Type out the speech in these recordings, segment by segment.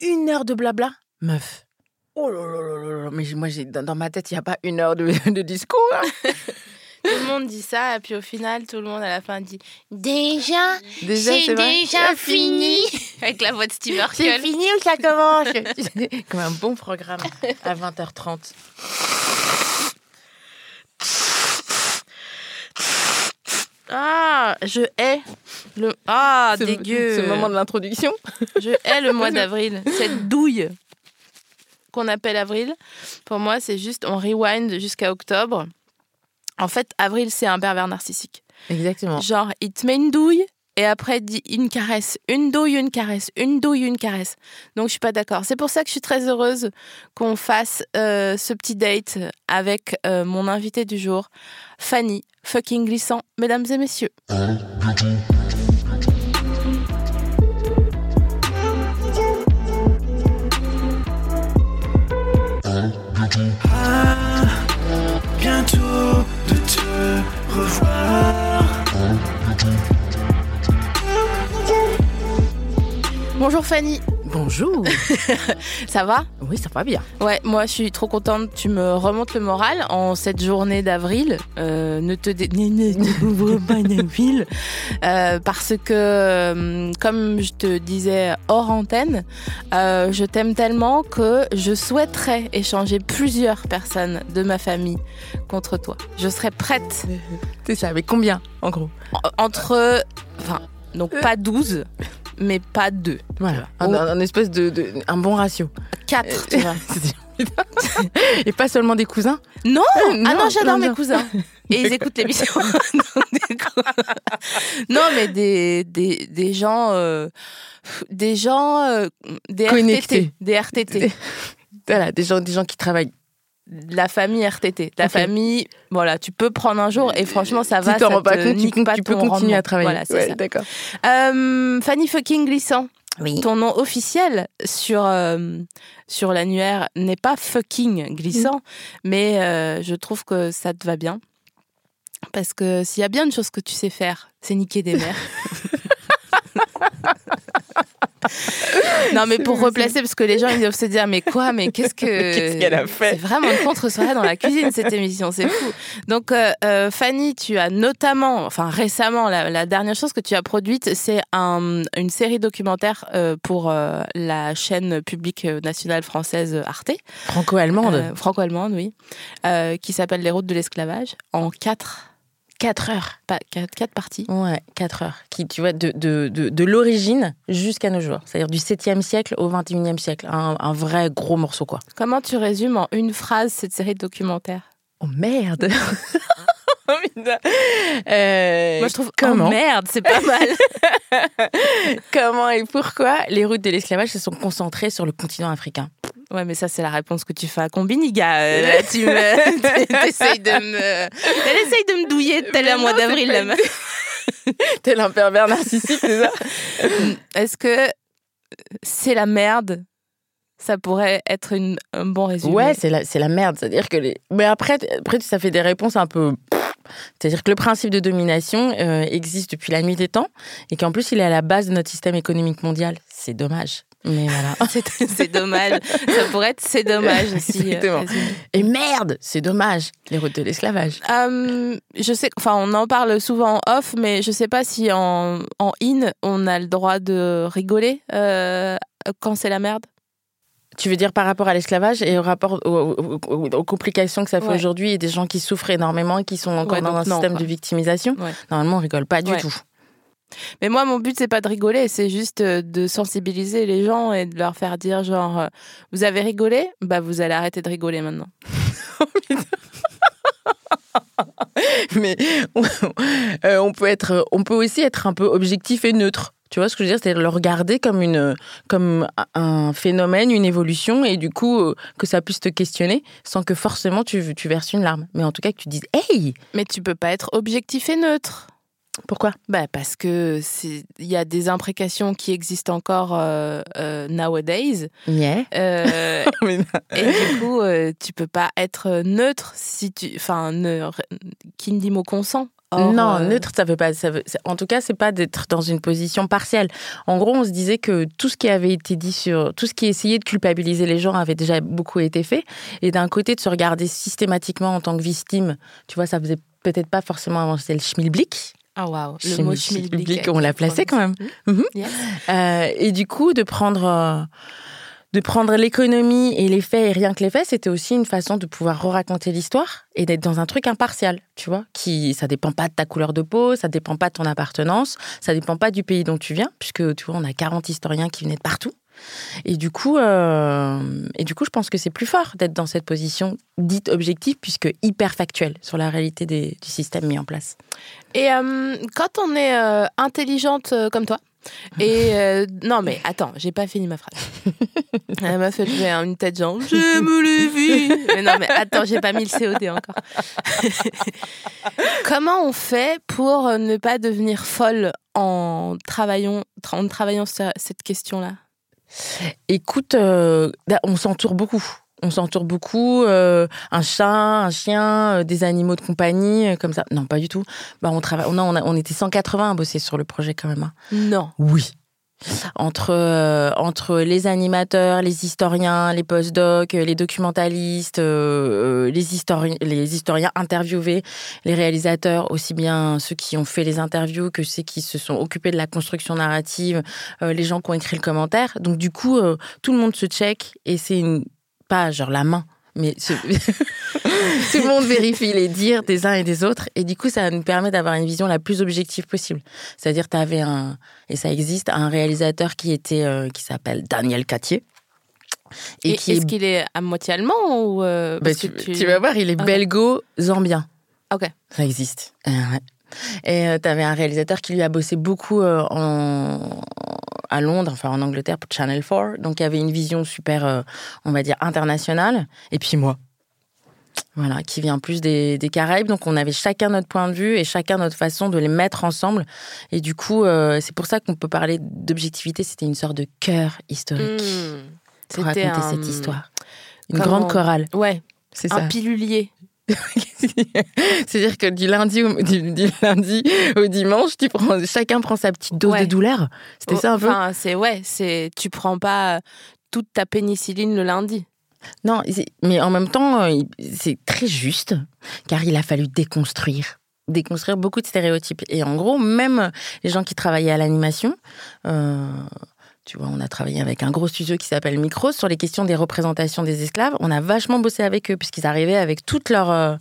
Une heure de blabla, meuf. Oh là là là là là, mais j'ai- moi, j'ai, dans, dans ma tête, il n'y a pas une heure de, de discours. hein. Tout le monde dit ça, et puis au final, tout le monde à la fin dit Déjà, Déjà, c'est vrai. déjà fini Avec la voix de Steve C'est Urkel. fini ou ça commence Comme un bon programme à 20h30. Ah, je hais le. Ah, Ce- dégueu Ce moment de l'introduction. Je hais le mois d'avril. Cette douille qu'on appelle avril, pour moi, c'est juste on rewind jusqu'à octobre. En fait, avril, c'est un pervers narcissique. Exactement. Genre, il te met une douille et après, il dit une caresse, une douille, une caresse, une douille, une caresse. Donc, je suis pas d'accord. C'est pour ça que je suis très heureuse qu'on fasse euh, ce petit date avec euh, mon invité du jour, Fanny, fucking glissant, mesdames et messieurs. bientôt de te revoir. Bonjour Fanny, Bonjour. ça va Oui, ça va bien. Ouais, moi je suis trop contente. Tu me remontes le moral en cette journée d'avril. Euh, ne te dé... ne- ne- ne t'ouvre pas d'avril. Euh, parce que, euh, comme je te disais hors antenne, euh, je t'aime tellement que je souhaiterais échanger plusieurs personnes de ma famille contre toi. Je serais prête C'est ça, mais combien, en gros En- entre, enfin, donc pas 12, mais pas 2, Voilà. Oh. Un, un- un espèce de, de- Un bon ratio. Euh, 4, tu vois. Et pas seulement des cousins. Non, ah non, non, j'adore non, mes non. cousins. Et ils écoutent l'émission. Donc, du coup- non, mais des, des, des gens, euh, des gens, euh, des RTT, Connectés. des RTT, Voilà, des gens, des gens qui travaillent. de la famille RTT, de la Ok. famille. Voilà, tu peux prendre un jour et franchement, ça va. si t'en ça rends pas te compte, tu, nique pas tu peux ton continuer rendement. à travailler. Voilà, c'est Ouais, ça. D'accord. Euh, Fanny fucking glissant. Oui. Ton nom officiel sur, euh, sur l'annuaire n'est pas fucking glissant, Mm. mais euh, je trouve que ça te va bien. Parce que s'il y a bien une chose que tu sais faire, c'est niquer des mères. non, mais C'est pour possible. replacer, parce que les gens ils doivent se dire Mais quoi Mais qu'est-ce que. Qu'est-ce qu'elle a fait C'est vraiment une contre-soirée dans la cuisine, cette émission, c'est fou. Donc, euh, euh, Fanny, tu as notamment, enfin récemment, la, la dernière chose que tu as produite, c'est un- une série documentaire euh, pour euh, la chaîne publique euh, nationale française Arte, Franco-allemande. euh, franco-allemande, oui, euh, qui s'appelle Les routes de l'esclavage, en quatre, 4 heures. pa- quatre, quatre parties. Ouais, 4 heures. Qui, tu vois, de, de, de, de l'origine jusqu'à nos jours. C'est-à-dire du 7e siècle au 21e siècle. Un, un vrai gros morceau, quoi. Comment tu résumes en une phrase cette série documentaire Oh merde Oh, Euh, Moi, je trouve comment oh merde, c'est pas mal. Comment et pourquoi les routes de l'esclavage se sont concentrées sur le continent africain Ouais, mais ça, c'est la réponse que tu fais à Combini, gars. Euh, Là, tu me... t'essayes de me... Elle essaye de me douiller tel Mais un mois non, c'est d'avril, pas la une meuf. Tel un pervers narcissique, c'est ça Est-ce que c'est la merde Ça pourrait être une- un bon résumé. Ouais, c'est la, c'est la merde. C'est-à-dire que les... Mais après, t- après, ça fait des réponses un peu... C'est-à-dire que le principe de domination euh, existe depuis la nuit des temps et qu'en plus, il est à la base de notre système économique mondial. C'est dommage. Mais voilà. C'est- c'est dommage. Ça pourrait être c'est dommage aussi. euh, Exactement. résumé. Et merde, c'est dommage, les routes de l'esclavage. Euh, je sais, enfin, on en parle souvent en off, mais je sais pas si en, en in, on a le droit de rigoler euh, quand c'est la merde. Tu veux dire par rapport à l'esclavage et au rapport au- au- au- aux, complications que ça fait Ouais. aujourd'hui et des gens qui souffrent énormément et qui sont encore Ouais, dans donc un non, système quoi. de victimisation Ouais. Normalement, on rigole pas du Ouais. tout. Mais moi, mon but, c'est pas de rigoler, c'est juste euh, de sensibiliser les gens et de leur faire dire genre, euh, vous avez rigolé, bah vous allez arrêter de rigoler maintenant. Mais euh, on peut être, on peut aussi être un peu objectif et neutre. Tu vois ce que je veux dire C'est le regarder comme, une, comme un phénomène, une évolution, et du coup, euh, que ça puisse te questionner sans que forcément tu, tu verses une larme. Mais en tout cas, que tu dises Hey Mais tu peux pas être objectif et neutre. Pourquoi Bah parce que c'est- il y a des imprécations qui existent encore euh, euh, nowadays. Yeah. Euh, Mais non. et du coup, euh, tu peux pas être euh, neutre si tu, enfin, ne- qui ne dit mot consent. Or, non, euh, neutre, ça veut pas. Ça veut- c'est- en tout cas, c'est pas d'être dans une position partielle. En gros, on se disait que tout ce qui avait été dit sur tout ce qui essayait de culpabiliser les gens avait déjà beaucoup été fait. Et d'un côté, de se regarder systématiquement en tant que victime, tu vois, ça faisait peut-être pas forcément avancer le schmilblick. Ah waouh, le mot schmilblick. euh, on l'a placé quand même. Mhm. Yes. Euh, et du coup, de prendre. euh, de prendre l'économie et les faits et rien que les faits, c'était aussi une façon de pouvoir raconter l'histoire et d'être dans un truc impartial, tu vois, qui ça dépend pas de ta couleur de peau, ça dépend pas de ton appartenance, ça dépend pas du pays dont tu viens, puisque tu vois, on a 40 historiens qui venaient de partout. Et du coup, euh, et du coup, je pense que c'est plus fort d'être dans cette position dite objective, puisque hyper factuelle sur la réalité des- du système mis en place. Et euh, quand on est euh, intelligente euh, comme toi, et euh, non mais attends, j'ai pas fini ma phrase. Elle m'a fait lever hein, une tête genre j'aime les filles. Mais non mais attends, j'ai pas mis le COD encore. Comment on fait pour euh, ne pas devenir folle en travaillant en travaillant ça- cette question là Écoute, euh, là, on s'entoure beaucoup. On s'entoure beaucoup, euh, un chat, un chien, euh, des animaux de compagnie, euh, comme ça. Non, pas du tout. Bah, on travaille. non, on, a- on était 180 à bosser sur le projet quand même. hein. Non. Oui. Entre, euh, entre les animateurs, les historiens, les post-docs, euh, les documentalistes, euh, euh, les, histori- les historiens interviewés, les réalisateurs, aussi bien ceux qui ont fait les interviews que ceux qui se sont occupés de la construction narrative, euh, les gens qui ont écrit le commentaire. Donc du coup, euh, tout le monde se check et c'est une... pas genre la main. Mais ce- tout le monde vérifie les dires des uns et des autres. Et du coup, ça nous permet d'avoir une vision la plus objective possible. C'est-à-dire, tu avais un, et ça existe, un réalisateur qui était, euh, qui s'appelle Daniel Catier. Et, Et, qui est- est-ce qu'il est à moitié allemand ou euh, bah, parce tu, que tu- tu vas voir, il est Ok. belgo-zambien. Ok. Ça existe. Euh, ouais. Et tu avais un réalisateur qui lui a bossé beaucoup euh, en- à Londres, enfin en Angleterre, pour Channel 4. Donc, il avait une vision super, euh, on va dire, internationale. Et puis moi. Voilà, qui vient plus des, des Caraïbes. Donc, on avait chacun notre point de vue et chacun notre façon de les mettre ensemble. Et du coup, euh, c'est pour ça qu'on peut parler d'objectivité. C'était une sorte de cœur historique Hmm. pour C'était raconter un- cette histoire. Une Comment- grande chorale, Ouais, c'est ça. un pilulier. C'est-à-dire que du lundi, au, du, du lundi au dimanche, tu prends, chacun prend sa petite dose Ouais. de douleur. C'était Oh, ça un peu Enfin, c'est ouais, c'est tu prends pas toute ta pénicilline le lundi. Non, c'est- mais en même temps, euh, il- c'est très juste, car il a fallu déconstruire déconstruire beaucoup de stéréotypes. Et en gros, même les gens qui travaillaient à l'animation, euh, tu vois, on a travaillé avec un gros studio qui s'appelle Micros sur les questions des représentations des esclaves. On a vachement bossé avec eux, puisqu'ils arrivaient avec toute leur, euh,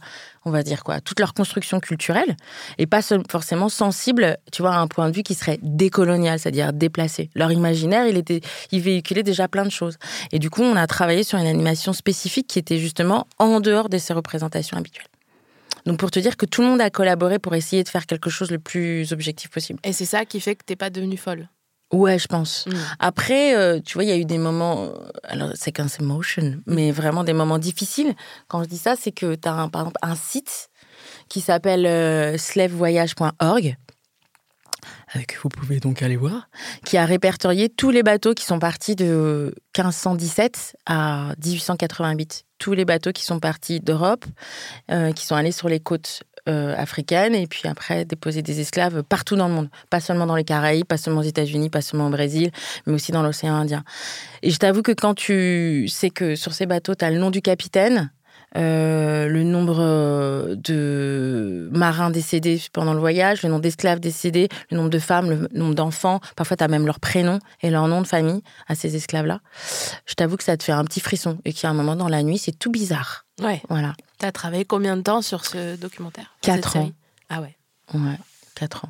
on va dire quoi, toute leur construction culturelle, et pas seul- forcément sensible, tu vois, à un point de vue qui serait décolonial, c'est-à-dire déplacé. Leur imaginaire, il, était, il véhiculait déjà plein de choses. Et du coup, on a travaillé sur une animation spécifique qui était justement en dehors de ces représentations habituelles. Donc pour te dire que tout le monde a collaboré pour essayer de faire quelque chose le plus objectif possible. Et c'est ça qui fait que t'es pas devenue folle. Ouais, je pense. Mm. Après, euh, tu vois, il y a eu des moments, euh, alors séquence emotion, mais vraiment des moments difficiles. Quand je dis ça, c'est que tu as un, par exemple un site qui s'appelle euh, slavevoyage.org, euh, que vous pouvez donc aller voir, qui a répertorié tous les bateaux qui sont partis de 1517 à 1888. Tous les bateaux qui sont partis d'Europe, euh, qui sont allés sur les côtes euh, africaines et puis après déposer des esclaves partout dans le monde. Pas seulement dans les Caraïbes, pas seulement aux États-Unis, pas seulement au Brésil, mais aussi dans l'océan Indien. Et je t'avoue que quand tu sais que sur ces bateaux, tu as le nom du capitaine, euh, le nombre euh, de marins décédés pendant le voyage, le nombre d'esclaves décédés, le nombre de femmes, le nombre d'enfants, parfois tu as même leur prénom et leur nom de famille à ces esclaves-là, je t'avoue que ça te fait un petit frisson et qu'il y a un moment dans la nuit, c'est tout bizarre. Ouais. Voilà. T'as travaillé combien de temps sur ce documentaire sur Quatre cette série ans. Ah ouais. Ouais, 4 ans.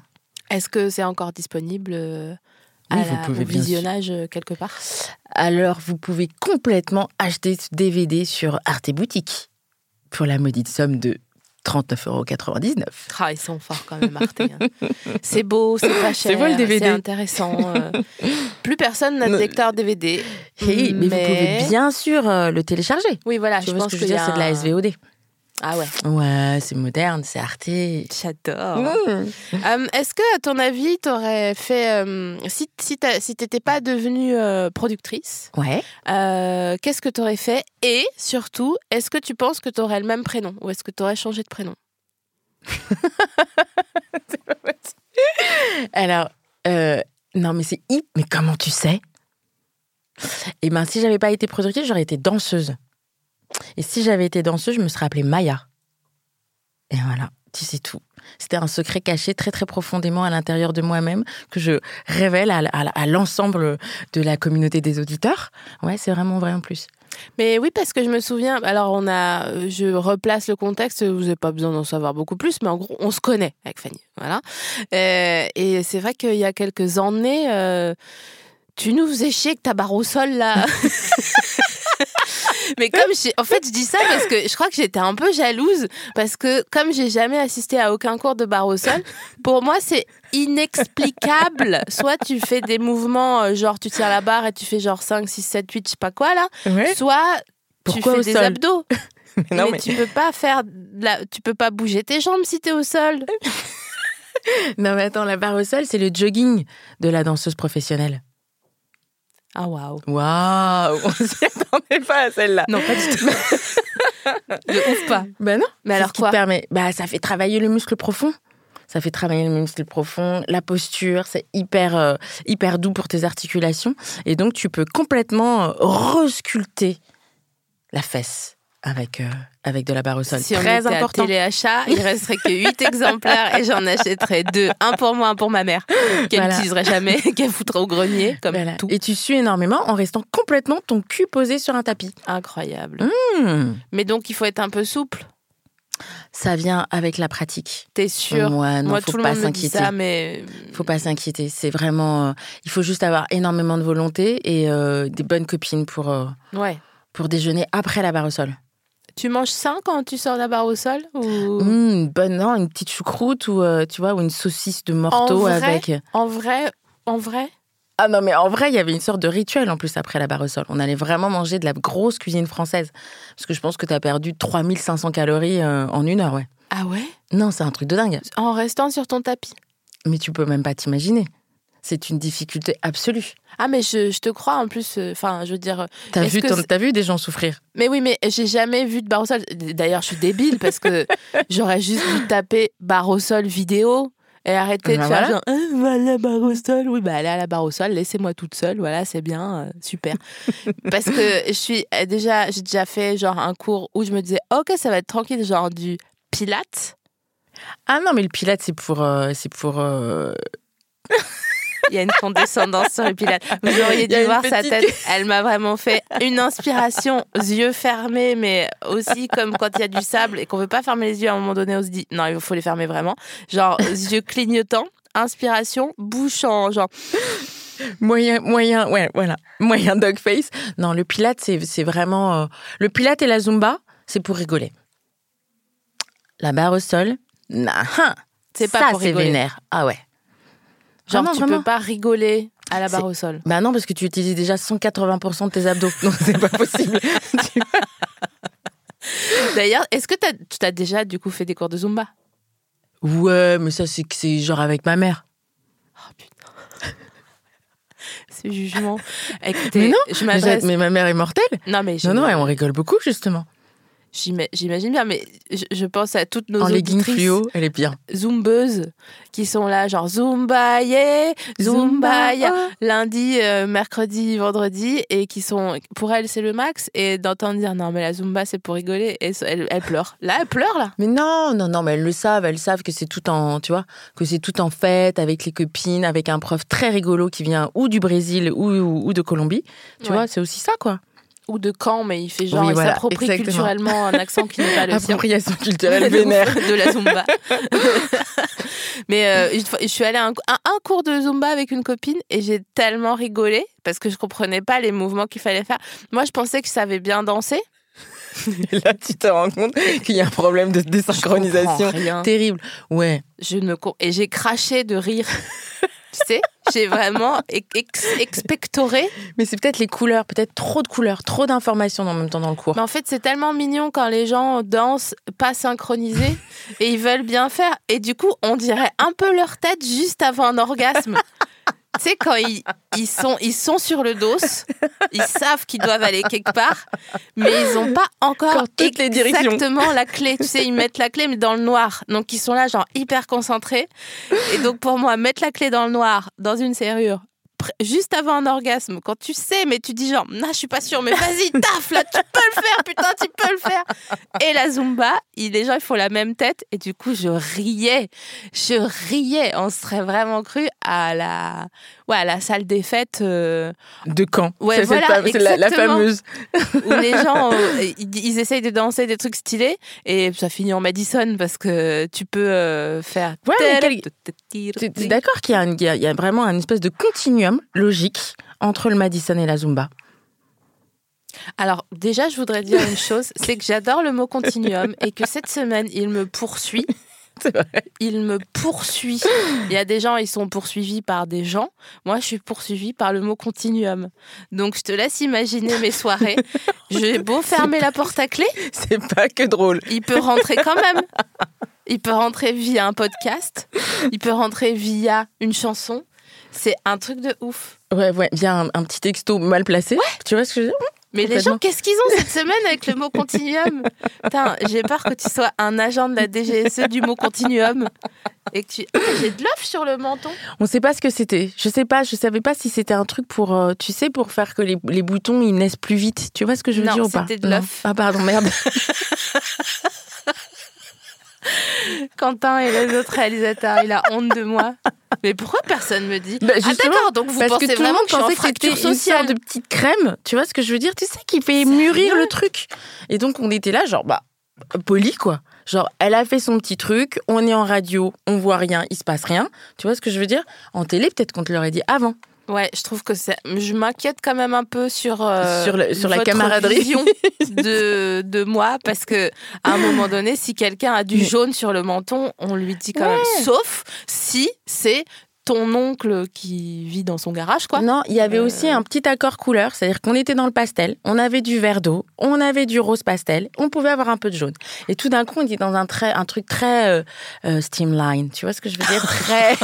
Est-ce que c'est encore disponible euh, à Oui, vous la- pouvez au bien sûr. visionnage euh, quelque part Alors, vous pouvez complètement acheter ce DVD sur Arte Boutique pour la maudite somme de 39,99€. Ah, ils sont forts quand même, Arte. hein. C'est beau, c'est pas cher. C'est beau, le DVD. C'est intéressant. euh. Plus personne n'a de Non. lecteur DVD. Hey, mais, vous pouvez bien sûr euh, le télécharger. Oui, voilà, Tu Ah, je vois pense ce que je qu'il veux y dire, a c'est de la un- SVOD. Ah ouais. Ouais, c'est moderne, c'est Arte. J'adore. Euh, Est-ce que, à ton avis, t'aurais fait. euh, si si t'as- si t'étais pas devenue euh, productrice, Ouais. euh, qu'est-ce que t'aurais fait Et surtout, est-ce que tu penses que t'aurais le même prénom Ou est-ce que t'aurais changé de prénom Alors, euh, non, mais c'est hip. Mais comment tu sais Eh ben, si j'avais pas été productrice, j'aurais été danseuse. Et si j'avais été danseuse, je me serais appelée Maya. Et voilà, tu sais tout. C'était un secret caché très très profondément à l'intérieur de moi-même que je révèle à, à- à l'ensemble de la communauté des auditeurs. Ouais, c'est vraiment vrai en plus. Mais oui, parce que je me souviens. Alors, on a, euh, je replace le contexte. Vous n'avez pas besoin d'en savoir beaucoup plus, mais en gros, on se connaît avec Fanny. Voilà. Euh, et c'est vrai qu'il y a quelques années, euh, tu nous faisais chier que ta barre au sol là. Mais comme j'ai- en fait, je dis ça parce que je crois que j'étais un peu jalouse parce que comme j'ai jamais assisté à aucun cours de barre au sol, pour moi c'est inexplicable. Soit tu fais des mouvements euh, genre tu tires la barre et tu fais genre 5 6 7 8 je sais pas quoi là, Ouais. soit Pourquoi tu au fais des sol abdos. Non, mais, mais- tu peux pas faire de la... tu peux pas bouger tes jambes si t'es au sol. Non mais attends, la barre au sol, c'est le jogging de la danseuse professionnelle. Ah waouh. Waouh, on s'y attendait pas à celle-là. Non, pas du tout. Je ouf pas. Bah non. Mais alors ce qui quoi te permet Bah ça fait travailler le muscle profond. Ça fait travailler le muscle profond, la posture, c'est hyper euh, hyper doux pour tes articulations et donc tu peux complètement euh, resculpter la fesse avec euh, avec de la barre au sol. Si Très on était important. à téléachat, il resterait que 8 exemplaires et j'en achèterais deux. Un pour moi, un pour ma mère, qu'elle Voilà. n'utiliserait jamais, qu'elle foutrait au grenier, comme Voilà. tout. Et tu sues énormément en restant complètement ton cul posé sur un tapis. Incroyable. Hmm. Mais donc, il faut être un peu souple. Ça vient avec la pratique. T'es sûr Ouais, non, Moi, faut tout le pas monde me dit s'inquiéter. ça, mais Faut pas s'inquiéter. C'est vraiment. euh, il faut juste avoir énormément de volonté et euh, des bonnes copines pour, euh, ouais. pour déjeuner après la barre au sol. Tu manges sain quand tu sors de la barre au sol ou... Mmh, une bonne, non, une petite choucroute ou, euh, tu vois, ou une saucisse de morteau En vrai avec. euh, En vrai, en vrai, Ah non, mais en vrai, il y avait une sorte de rituel en plus après la barre au sol. On allait vraiment manger de la grosse cuisine française. Parce que je pense que t'as perdu 3500 calories euh, en une heure, ouais. ah ouais, Non, c'est un truc de dingue. en restant sur ton tapis. Mais tu peux même pas t'imaginer. C'est une difficulté absolue. Ah mais je, je te crois en plus. euh, Enfin, je veux dire, T'as Est-ce vu, que ton- c'est- t'as vu des gens souffrir Mais oui, mais j'ai jamais vu de barre au sol. D'ailleurs, je suis débile parce que j'aurais juste dû taper barre au sol vidéo et arrêter de Ben faire voilà. genre, Ah, va à la barre au sol. Oui, bah, allez à la barre au sol, laissez-moi toute seule. Voilà, c'est bien, euh, super. parce que je suis euh, déjà, j'ai déjà fait genre un cours où je me disais, ok, ça va être tranquille, genre du pilates. Ah non, mais le pilate, c'est pour. euh, c'est pour euh, Il y a une condescendance sur le pilates. Vous auriez Il y a dû une voir sa petite- tête. Elle m'a vraiment fait une inspiration, yeux fermés, mais aussi comme quand il y a du sable et qu'on veut pas fermer les yeux à un moment donné, on se dit non, il faut les fermer vraiment. Genre yeux clignotants, inspiration, bouche en genre. Moyen, moyen, ouais, voilà. Moyen dog face. Non, le pilate, c'est c'est vraiment. euh, Le pilate et la zumba, c'est pour rigoler. La barre au sol, nah, hein, C'est pas ça, pour c'est rigoler. vénère. Ah ouais. Genre Vraiment, tu vraiment. peux pas rigoler à la barre C'est- au sol. Bah non, parce que tu utilises déjà 180% de tes abdos. Donc c'est pas possible. D'ailleurs, est-ce que t'as- tu as déjà du coup fait des cours de zumba ouais, mais ça, c'est que c'est genre avec ma mère. Oh putain. Ce jugement. Mais Écoutez, non, je Mais, m'adresse. j'ai- mais ma mère est mortelle. Non, mais Non, non, je- et on rigole beaucoup, justement. J'ima- J'imagine bien, mais je, je pense à toutes nos en legging auditrices fluo, elle est bien. zoombeuses qui sont là, genre Zumba, yeah, Zumba, yeah, oh. lundi, euh, mercredi, vendredi, et qui sont, pour elles, c'est le max, et d'entendre dire non, mais la Zumba, c'est pour rigoler, et so- elle, elle pleure. Là, elle pleure, là. Mais non, non, non, mais elles le savent, elles savent que c'est tout en, tu vois, que c'est tout en fête avec les copines, avec un prof très rigolo qui vient ou du Brésil ou, ou, ou de Colombie. Tu Ouais. vois, c'est aussi ça, quoi. Ou de quand, mais il fait genre, Oui, il voilà, s'approprie exactement. culturellement un accent qui n'est pas Ah, le sien. Appropriation de, culturelle vénère. de la Zumba. Mais euh, une fois, je suis allée à un, à un cours de Zumba avec une copine et j'ai tellement rigolé parce que je comprenais pas les mouvements qu'il fallait faire. Moi, je pensais que je savais bien danser. Et là, tu te rends compte qu'il y a un problème de Je désynchronisation comprends rien. terrible. Ouais. Je ne com- et j'ai craché de rire. tu sais, j'ai vraiment ex- ex- expectoré. Mais c'est peut-être les couleurs, peut-être trop de couleurs, trop d'informations en même temps dans le cours. Mais en fait, c'est tellement mignon quand les gens dansent pas synchronisés et ils veulent bien faire. Et du coup, on dirait un peu leur tête juste avant un orgasme. tu sais, quand ils, ils, sont, ils sont sur le dos, ils savent qu'ils doivent aller quelque part, mais ils n'ont pas encore Encore toutes les directions. exactement la clé. Tu sais, ils mettent la clé, mais dans le noir. Donc, ils sont là, genre, hyper concentrés. Et donc, pour moi, mettre la clé dans le noir, dans une serrure, pr- juste avant un orgasme, quand tu sais, mais tu dis genre, non, je suis pas sûre, mais vas-y, taf, là, tu peux le faire, putain, tu peux le faire. Et la Zumba, il, les gens, ils font la même tête. Et du coup, je riais. Je riais. On serait vraiment cru à la, ouais, à la salle des fêtes. euh, De quand Ouais, C'est cette voilà, fame- c'est la, la exactement. fameuse. où les gens, euh, ils, ils essayent de danser des trucs stylés et ça finit en Madison parce que tu peux euh, faire. Ouais, Ah, mais quel- T'es t'es d'accord qu'il y, a une- qu'il y a- il y a vraiment un espèce de continuum logique entre le Madison et la Zumba. Alors déjà, je voudrais dire une chose, c'est que j'adore le mot continuum et que cette semaine, il me poursuit. C'est vrai. Il me poursuit. Il y a des gens, ils sont poursuivis par des gens. Moi, je suis poursuivie par le mot continuum. Donc, je te laisse imaginer mes soirées. J'ai beau fermer la porte à clé, C'est pas que drôle. il peut rentrer quand même. Il peut rentrer via un podcast. Il peut rentrer via une chanson. C'est un truc de ouf. Ouais, ouais, il y a un, un petit texto mal placé. Tu vois ce que je veux dire Mais les Complètement. gens, qu'est-ce qu'ils ont cette semaine avec le mot continuum Putain, j'ai peur que tu sois un agent de la DGSE E du mot continuum et que tu Ah, j'ai de l'œuf sur le menton. On sait pas ce que c'était. Je sais pas, je savais pas si c'était un truc pour, euh, tu sais, pour faire que les, les boutons ils naissent plus vite. Tu vois ce que je veux Non, dire ou pas c'était de Non. l'œuf. Ah pardon, merde. Quentin et les autres réalisateurs, il a honte de moi. Mais pourquoi personne me dit Bah, Ah justement, d'accord, donc vous Parce pensez que tout le vraiment monde que je suis en pensait que c'était fracture une sorte sociale de petite crème. Tu vois ce que je veux dire Tu sais qui fait mûrir le truc. Et donc on était là, genre bah poli quoi. Genre elle a fait son petit truc. On est en radio, on voit rien, il se passe rien. Tu vois ce que je veux dire En télé, peut-être qu'on te l'aurait dit avant. Ouais, je trouve que c'est. Je m'inquiète quand même un peu sur euh, Sur le- sur la votre camaraderie. vision de de moi parce que à un moment donné, si quelqu'un a du Mais- jaune sur le menton, on lui dit quand même. Sauf si c'est ton oncle qui vit dans son garage, quoi. Non, il y avait Euh, aussi un petit accord couleur, c'est-à-dire qu'on était dans le pastel, on avait du vert d'eau, on avait du rose pastel, on pouvait avoir un peu de jaune. Et tout d'un coup, on était dans un, très, un truc très euh, euh, streamline, tu vois ce que je veux dire Très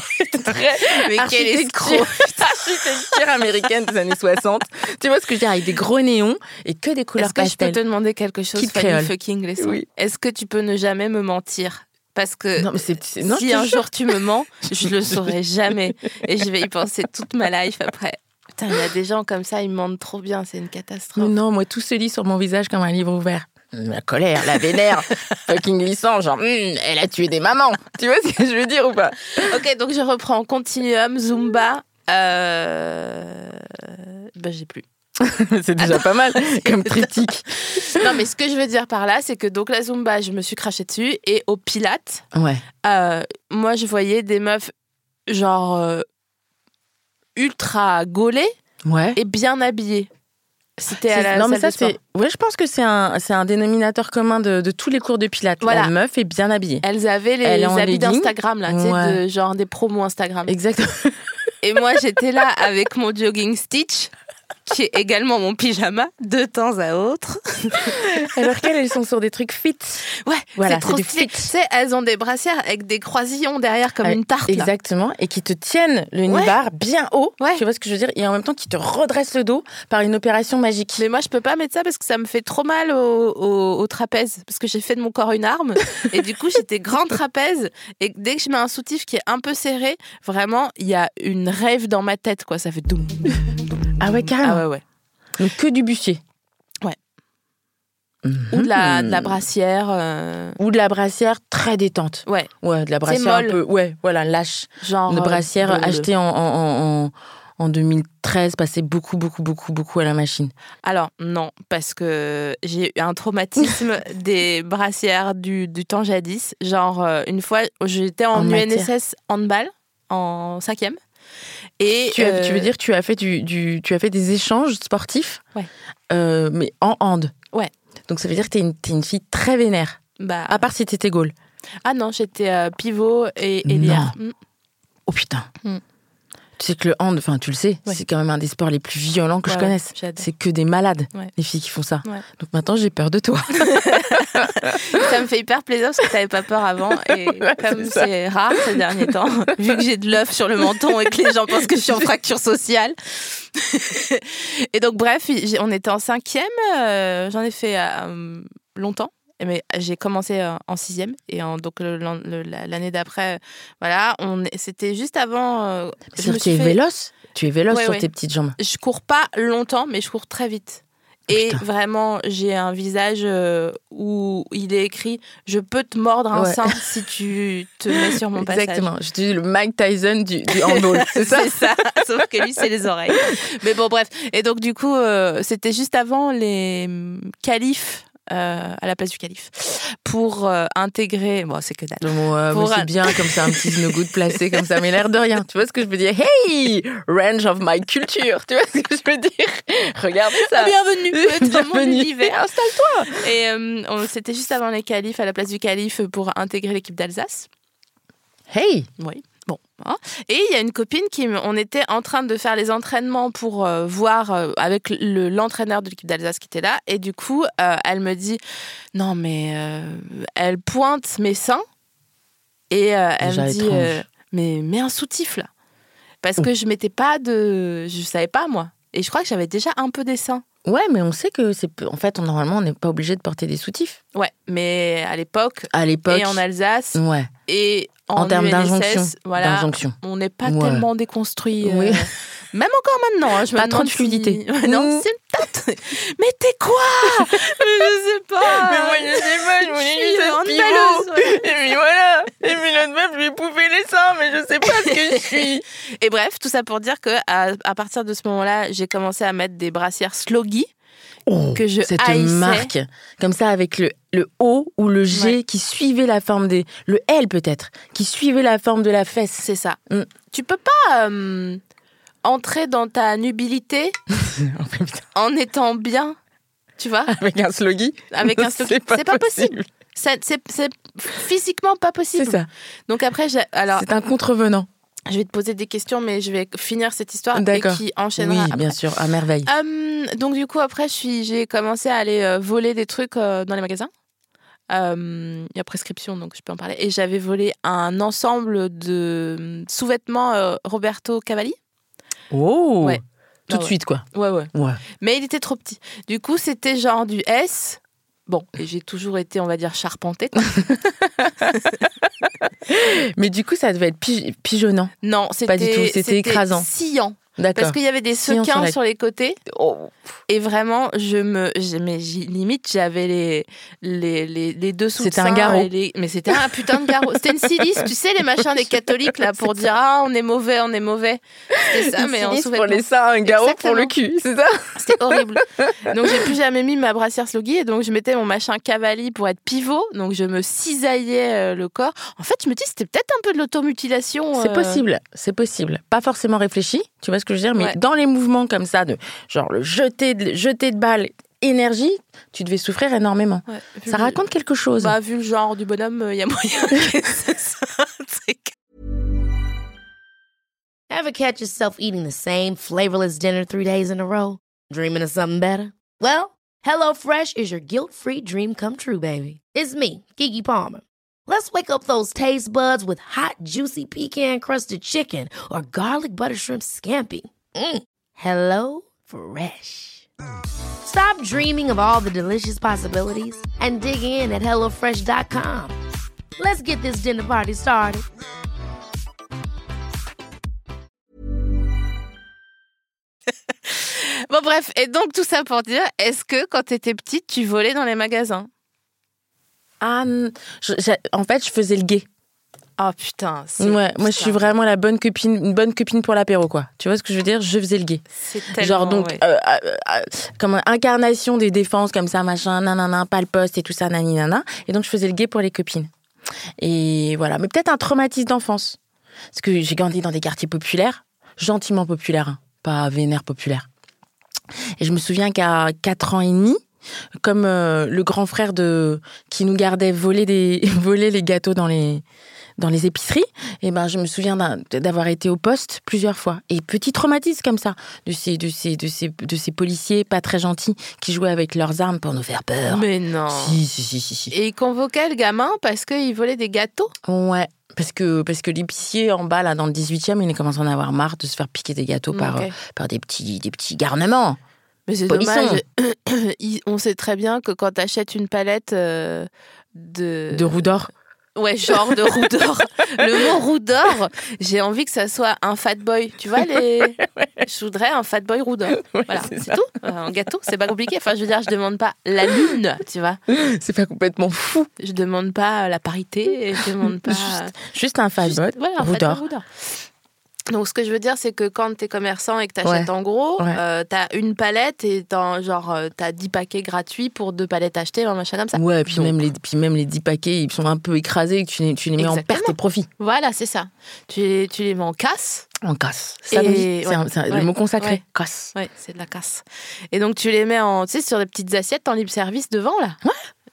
Mais quel escroc architecture, architecture américaine des années 60. Tu vois ce que je veux dire Avec des gros néons et que des couleurs Est-ce que je peux pastel. te demander quelque chose, Kid Fanny Créole. fucking Lesson Oui. Est-ce que tu peux ne jamais me mentir Parce que Non, mais c'est. c'est- non, je si te un jure. jour tu me mens, je le saurai jamais. Et je vais y penser toute ma life après. Putain, il y a des gens comme ça, ils mentent trop bien, c'est une Mais catastrophe. non, moi, tout se lit sur mon visage comme un livre ouvert. La colère, la vénère, fucking glissant, genre, Hum, elle a tué des mamans. Tu vois ce que je veux dire ou pas Ok, donc je reprends. Continuum, Zumba. Euh... Ben, j'ai plus. C'est déjà pas mal comme triptyque. Non, mais ce que je veux dire par là, c'est que donc la Zumba, je me suis crachée dessus. Et au Pilates, Ouais. euh, moi, je voyais des meufs genre euh, ultra gaulées Ouais. et bien habillées. C'était à la non mais salle ça de sport. c'est ouais je pense que c'est un c'est un dénominateur commun de, de tous les cours de pilates Voilà. la meuf est bien habillée Elles avaient les Elle est en habits legging. d'Instagram, là, tu sais, Ouais. de, genre des promos Instagram. exactement Et moi, j'étais là avec mon jogging Stitch, qui est également mon pyjama, de temps à autre. alors qu'elles elles sont sur des trucs fit Ouais, Voilà, c'est trop c'est du stylé. fit. Tu sais, elles ont des brassières avec des croisillons derrière comme Ah Ouais, une tarte. là. exactement et qui te tiennent le Ouais. nibar bien haut Ouais. tu vois ce que je veux dire et en même temps qui te redressent le dos par une opération magique Mais moi, je peux pas mettre ça parce que ça me fait trop mal au, au- au trapèze. Parce que j'ai fait de mon corps une arme. et du coup, j'étais grand trapèze. Et dès que je mets un soutif qui est un peu serré, vraiment, il y a une rêve dans ma tête, quoi. Ça fait doum. ah ouais Ah carrément ouais, ouais. donc que du bustier Ouais. Mhm. Ou de la, de la brassière. euh, ou de la brassière très détente Ouais, ouais de la brassière molle. un peu ouais voilà lâche genre. Une euh, brassière bleu, bleu. achetée en, en, en, en- en 2013, passée beaucoup, beaucoup, beaucoup, beaucoup à la machine. Alors, non, parce que j'ai eu un traumatisme des brassières du, du temps jadis. Genre, euh, une fois, j'étais en, En matière. UNSS handball, en cinquième. Et, Tu, as- tu euh, veux dire, tu as fait, du, du- tu as fait des échanges sportifs, Ouais. euh, mais en hand. Ouais. Donc ça veut dire que t'es une, t'es une fille très vénère. Bah, À part si t'étais Gaulle. ah non, j'étais euh, pivot et Mm, Elia. Oh putain. Mm. Tu sais que le hand, enfin tu le sais, Ouais. c'est quand même un des sports les plus violents que je Ouais, connaisse. ouais, j'adore. C'est que des malades, Ouais. les filles qui font ça. Ouais. Donc maintenant j'ai peur de toi. Ça me fait hyper plaisir parce que t'avais pas peur avant et Ouais, comme c'est ça. c'est rare ces derniers temps, vu que j'ai de l'œuf sur le menton et que les gens pensent que je suis en fracture sociale. et donc bref, j'ai- on était en cinquième, euh, j'en ai fait euh, longtemps. Mais j'ai commencé euh, en sixième et en- donc le- l'an- le- la- l'année d'après, euh, voilà, on est- c'était juste avant. euh, je, C'est me que tu es suis fait- véloce. Tu es véloce Ouais, sur ouais. tes petites jambes. je cours pas longtemps, mais je cours très vite. Et Ah, Putain. vraiment, j'ai un visage euh, où il est écrit Je peux te mordre un Ouais. sein si tu te mets sur mon passage. Exactement. Je te dis le Mike Tyson du, du handball. c'est ça C'est ça, sauf que lui, c'est les oreilles. Mais bon, bref. Et donc, du coup, euh, c'était juste avant les hum, califs, euh, à la place du calife, pour euh, intégrer. Bon, c'est que dalle. Donc, bon, euh, mais Pour un- c'est bien comme ça, un petit no-good placé comme ça, mais l'air de rien. Tu vois ce que je veux dire Hey, range of my culture. Tu vois ce que je veux dire Regardez Ah, ça. Bienvenue dans mon Bienvenue. univers. Installe-toi. Et euh, on- c'était juste avant les califs, à la place du calife, pour intégrer l'équipe d'Alsace. Hey, Oui. Bon, hein. et il y a une copine qui, me- on était en train de faire les entraînements pour euh, voir euh, avec le- l'entraîneur de l'équipe d'Alsace qui était là, et du coup, euh, elle me dit, non mais euh, elle pointe mes seins et euh, elle Déjà me dit, étrange. euh, mais mets un soutif là, parce que je mettais pas de, je savais pas moi, et je crois que j'avais déjà un peu des seins. Ouais, mais on sait que c'est. peu- En fait, on, normalement, on n'est pas obligé de porter des soutifs. Ouais, mais à l'époque À l'époque. et en Alsace Ouais, et Mm. en, en, termes UNSS, d'injonction. voilà, D'injonction. on n'est pas Ouais. tellement déconstruit. euh, Oui. Même encore maintenant, hein, je me Pas trop demande de fluidité. si- Ouais, non, Mm. c'est une tête. Mais t'es quoi Mais Je sais pas. sais pas, Ah, je voulais suis juste être handballeuse, pivot. Et puis voilà. Et puis l'autre meuf, je lui ai les seins, mais je sais pas ce que je suis. Et bref, tout ça pour dire que à, à partir de ce moment-là, j'ai commencé à mettre des brassières sloggy que je cette haïssais. marque, comme ça avec le, le O ou le G qui suivait la forme des... Le L peut-être, qui suivait la forme de la fesse. C'est ça. Mm. Tu peux pas euh, entrer dans ta nubilité en étant bien, tu vois, avec un sloggy avec un sloggy. C'est pas possible. Ça- C'est c'est physiquement pas C'est possible. ça, Donc après, j'ai- alors c'est un contrevenant. je vais te poser des questions, mais je vais finir cette histoire et D'accord. qui Oui, enchaînera après. bien sûr, à merveille. Hum, donc du coup après je suis- j'ai commencé à aller euh, voler des trucs euh, dans les magasins. Hum, Il y a prescription donc je peux en parler. Et j'avais volé un ensemble de sous-vêtements euh, Roberto Cavalli. Oh Ouais. Tout Ah de ouais. suite quoi. Ouais ouais. Ouais. Mais il était trop petit. Du coup c'était genre du S. Bon, et j'ai toujours été, on va dire, charpentée. quoi. Mais du coup, ça devait être pige- pigeonnant. Non, c'était du tout, c'était écrasant. Sillant, parce D'accord. qu'il y avait des Sillant sequins sur sur, la- les côtés. Oh. Et vraiment, je me, j'ai- mais j'y- limite, j'avais les, les, les, les deux sous C'était un garrot. Mais c'était un putain de garrot. C'était une silice, tu sais, les machins des catholiques, là, pour dire, ah, on est mauvais, on est mauvais. C'était ça, Une mais en silice sous-vêtements. pour les seins, un garrot pour le Exactement. cul, c'est ça C'était horrible. Donc, j'ai plus jamais mis ma brassière sloggy, et donc, je mettais mon machin cavali pour être pivot. Donc, je me cisaillais euh, le corps. En fait, je me dis, c'était peut-être un peu de l'automutilation. C'est euh, possible, c'est possible. Pas forcément réfléchi, tu vois ce que je veux dire, mais Ouais. dans les mouvements comme ça, de genre le jeter de, jeter de balle, énergie, tu devais souffrir énormément. ouais. Vu Ça le- raconte quelque chose. Bah, vu le genre du bonhomme, euh, il y a moyen que c'est ça, un truc. Ever catch yourself eating the same flavorless dinner three days in a row? Dreaming of something better? Well, HelloFresh is your guilt-free dream come true, baby. It's me, Kiki Palmer. Let's wake up those taste buds with hot, juicy pecan-crusted chicken or garlic butter shrimp scampi. Mm. Hello Fresh. Stop dreaming of all the delicious possibilities and dig in at HelloFresh.com. Let's get this dinner party started. Bon, bref, et donc tout ça pour dire, est-ce que quand t'étais petite, tu volais dans les magasins Ah, n- je- j'ai- en fait, je faisais le gay. Oh putain, c'est. Ouais, moi, je suis putain, vraiment la bonne copine, une bonne copine pour l'apéro, quoi. Tu vois ce que je veux dire Je faisais le gay. C'est tellement. Genre donc ouais. euh, euh, euh, comme incarnation des défenses comme ça machin nanana pas le poste et tout ça nani nana et donc je faisais le guet pour les copines et voilà mais peut-être un traumatisme d'enfance parce que j'ai grandi dans des quartiers populaires gentiment populaires hein, pas vénère populaire et je me souviens qu'à 4 ans et demi comme euh, le grand frère de qui nous gardait voler des voler les gâteaux dans les dans les épiceries. Et ben je me souviens d'un- d'avoir été au poste plusieurs fois et petit traumatisme comme ça de ces de ces de ces de ces policiers pas très gentils qui jouaient avec leurs armes pour nous faire peur. Mais non. euh, Si si si si si. Et il convoquait le gamin parce qu'il volait des gâteaux. Ouais. Parce que, parce que l'épicier en bas, là, dans le 18e, il commence à en avoir marre de se faire piquer des gâteaux par, Ok. euh, par des, petits, des petits garnements. Mais c'est Polisson. dommage. Il- On sait très bien que quand t'achètes une palette euh, de... De roue d'or. Ouais, genre de roue d'or. Le mot roue d'or, j'ai envie que ça soit un fat boy. Tu vois, les... je voudrais un fat boy roue d'or. voilà, c'est c'est ça. tout. Euh, Un gâteau, c'est pas compliqué. Enfin, je veux dire, je demande pas la lune, tu vois. C'est pas complètement fou. Je demande pas la parité, je demande pas... Juste- Juste un Juste- fastball, voilà, un roue fat boy d'or. roue d'or. Donc, ce que je veux dire, c'est que quand t'es commerçant et que t'achètes Ouais. en gros, Ouais. euh, t'as une palette et t'en- genre, euh, t'as 10 paquets gratuits pour deux palettes achetées, un machin comme ça. Ouais, puis Donc. même, les, puis même les 10 paquets, ils sont un peu écrasés, tu les, tu les mets en Exactement. perte et profit. Voilà, c'est ça. Tu les, tu les mets en casse. En casse. Et- Ça me dit, c'est ouais. un- c'est un- Ouais. le mot consacré. Ouais. Casse. Ouais, c'est de la casse. Et donc tu les mets en, tu sais, sur des petites assiettes en libre service devant là.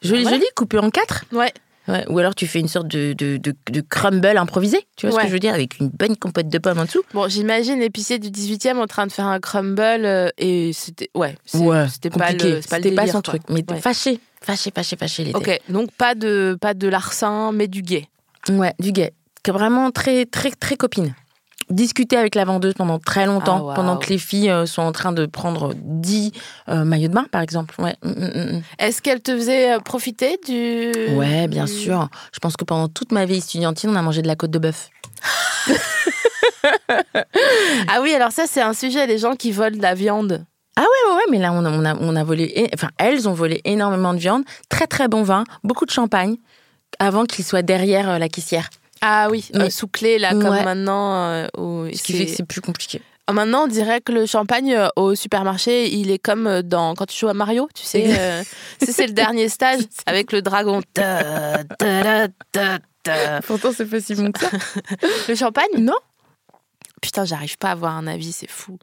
Joli, Voilà. joli, coupé en quatre. Ouais. Ouais. Ou alors tu fais une sorte de, de, de, de crumble improvisé, tu vois ce Ouais. que je veux dire, avec une bonne compote de pommes en dessous. Bon, j'imagine l'épicier du 18e en train de faire un crumble euh, et c'était ouais, c'est- c'était pas le c'est pas le C'était pas délire, son quoi. truc. Mais Ouais. fâché, fâché, fâché, fâché. il était. OK, donc pas de pas de larcin mais du guet. Ouais, du gay. Que vraiment très, très, très copine. Discuter avec la vendeuse pendant très longtemps, Ah, waouh. pendant que les filles euh, sont en train de prendre 10 euh, maillots de bain, par exemple. Ouais, Mm, mm, Est-ce qu'elle te faisait euh, profiter mm. du ouais bien du- sûr. Je pense que pendant toute ma vie étudiantine, on a mangé de la côte de bœuf. Ah oui, alors ça c'est un sujet les gens qui volent de la viande. Ouais, ouais, ouais, mais là, on a, on a, on a volé, é- enfin, elles ont volé énormément de viande, très, très bon vin, beaucoup de champagne, avant qu'il soit derrière euh, la caissière. Ah oui, euh, Mais- sous clé là comme Ouais. maintenant euh, où Ce qui fait que c'est- c'est plus compliqué. Ah, Maintenant, on dirait que le champagne euh, au supermarché, il est comme euh, dans quand tu joues à Mario, tu sais. euh, tu sais, c'est le dernier stage avec le dragon. Euh. Ta, ta, ta, ta, ta. Ah, Pourtant, c'est pas si bon que ça. Le champagne Non. Putain, j'arrive pas à avoir un avis, c'est fou.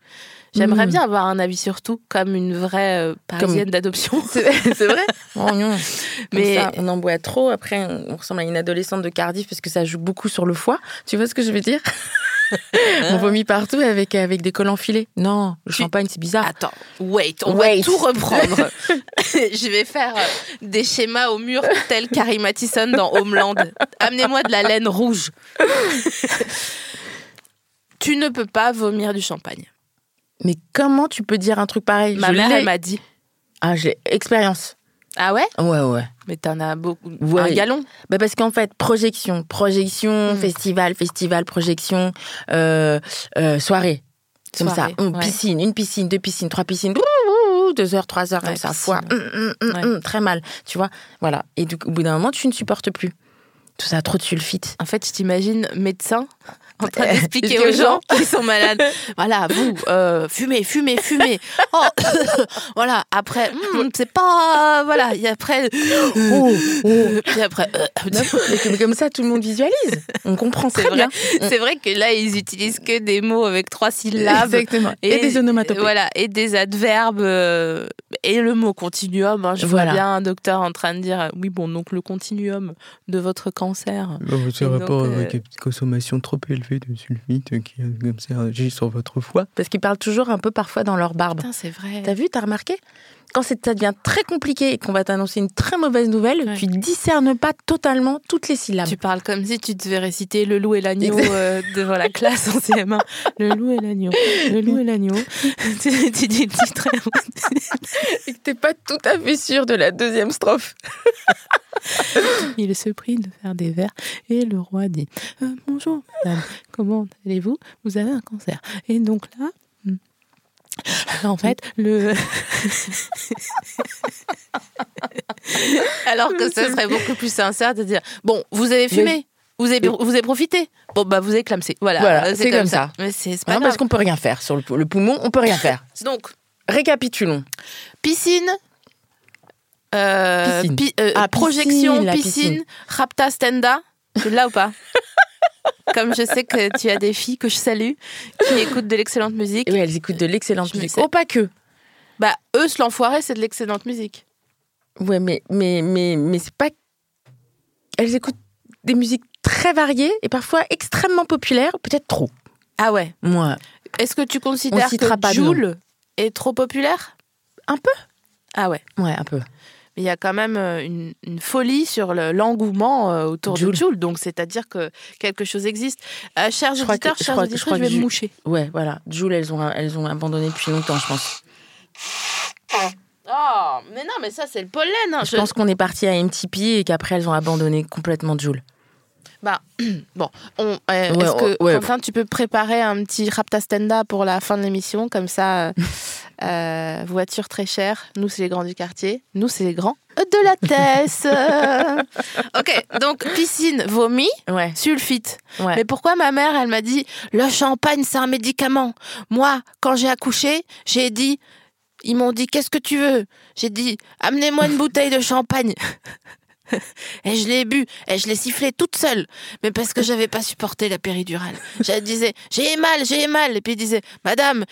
J'aimerais Mm. bien avoir un avis sur tout, comme une vraie euh, parisienne d'adoption. C'est vrai Oh non. Mais- Mais on en boit trop. Après, on ressemble à une adolescente de Cardiff parce que ça joue beaucoup sur le foie. Tu vois ce que je veux dire On vomit partout avec, avec des collants filés. Non, le Tu- champagne, c'est bizarre. Attends, wait, on va Wait. tout reprendre. Je vais faire euh, des schémas au mur tel Carrie Mathison dans Homeland. Amenez-moi de la laine rouge. tu ne peux pas vomir du champagne. Mais comment tu peux dire un truc pareil Ma Je mère, l'ai- elle m'a dit. Ah, j'ai expérience. Ah ouais Ouais, ouais. Mais t'en as beaucoup. Ouais. Un galon Bah parce qu'en fait, projection, projection, Mm. festival, festival, projection, euh, euh, soirée. Comme Soirée, ça, Hum, ouais. piscine, une piscine, deux piscines, trois piscines, ouh, ouh, ouh, deux heures, trois heures, Ouais, comme ça, piscine, fois, Hum, hum, hum, Ouais. hum, très mal, tu vois. Voilà. Et du coup, au bout d'un moment, tu ne supportes plus. Tout ça, trop de sulfite. En fait, je t'imagine médecin en train Euh, d'expliquer expliquer aux aux gens qui sont malades. Voilà, vous, euh, fumez, fumez, fumez. Oh, voilà, après, hmm, c'est pas... Voilà, et après... Hmm. Oh, oh. Puis après... euh, Non, mais comme- comme ça, tout le monde visualise. On comprend C'est très vrai. bien. C'est vrai que là, ils utilisent que des mots avec trois syllabes. Exactement. Et, des onomatopées. Voilà, et des adverbes euh, et le mot continuum. hein. Je vois Voilà. bien un docteur en train de dire euh, oui, bon, donc le continuum de votre cancer. C'est Et un donc, rapport euh, avec une consommation trop élevée de sulfite euh, qui euh, comme ça agit sur votre foie. Parce qu'ils parlent toujours un peu parfois dans leur barbe. Putain, c'est vrai. T'as vu, t'as remarqué Quand c'est- ça devient très compliqué et qu'on va t'annoncer une très mauvaise nouvelle, Ouais. tu discernes pas totalement toutes les syllabes. Tu parles comme si tu devais réciter le loup et l'agneau euh, devant la classe en CM1. Le loup et l'agneau, le loup et l'agneau. tu, tu dis le titre. Et que t'es pas tout à fait sûr de la deuxième strophe. Il se prit de faire des vers et le roi dit Euh, Bonjour, madame, comment allez-vous Vous avez un cancer. Et donc là, hmm, Ah, en fait, le. Alors que ce serait beaucoup plus sincère de dire Bon, vous avez fumé Vous avez, vous avez profité Bon, bah, vous avez clamsé. Voilà, Voilà, euh, c'est comme ça. Mais c'est c'est pas Non, grave. parce qu'on peut rien faire. Sur le, pou- le poumon, on peut rien faire. Donc, Récapitulons. piscine, euh, Piscine. pi- euh, Ah, piscine, projection, la piscine, piscine. rapta stenda. Tu l'as ou pas Comme je sais que tu as des filles que je salue qui écoutent de l'excellente musique, Et oui, elles écoutent de l'excellente Je me musique. sais. Oh, pas que. bah eux, se l'enfoiré, c'est de l'excellente musique. Ouais, mais, mais, mais, mais c'est pas. Elles écoutent des musiques très variées et parfois extrêmement populaires, peut-être trop. Ah ouais. Moi. Est-ce que tu considères citera que pas de Joule est trop populaire Un peu. Ah ouais. Ouais, un peu. Mais il y a quand même euh, une, une folie sur le- l'engouement euh, autour de Jul. Joule. Donc, c'est-à-dire que quelque chose existe. Euh, chers Je crois que- auditeurs, je chers crois que- je auditeurs, crois je que vais me Jul- moucher. Ouais, voilà. Joule, elles ont, elles ont abandonné depuis longtemps, je pense. Oh, mais non, mais ça, c'est le pollen. hein. je Je- pense qu'on est parti à MTP et qu'après, elles ont abandonné complètement Joule. Bon, on- euh, Ouais, est-ce que, on- ouais. Quentin, tu peux préparer un petit raptastenda pour la fin de l'émission Comme ça, euh, euh, voiture très chère. Nous, c'est les grands du quartier. Nous, c'est les grands de la Tesse. ok, donc piscine, vomi, Ouais, sulfite. ouais. Mais pourquoi ma mère, elle m'a dit le champagne, c'est un médicament Moi, quand j'ai accouché, j'ai dit. Ils m'ont dit qu'est-ce que tu veux J'ai dit amenez-moi une bouteille de champagne. Et je l'ai bu, et je l'ai sifflé toute seule, mais parce que j'avais pas supporté la péridurale. Je disais j'ai mal, j'ai mal, et puis il disait madame,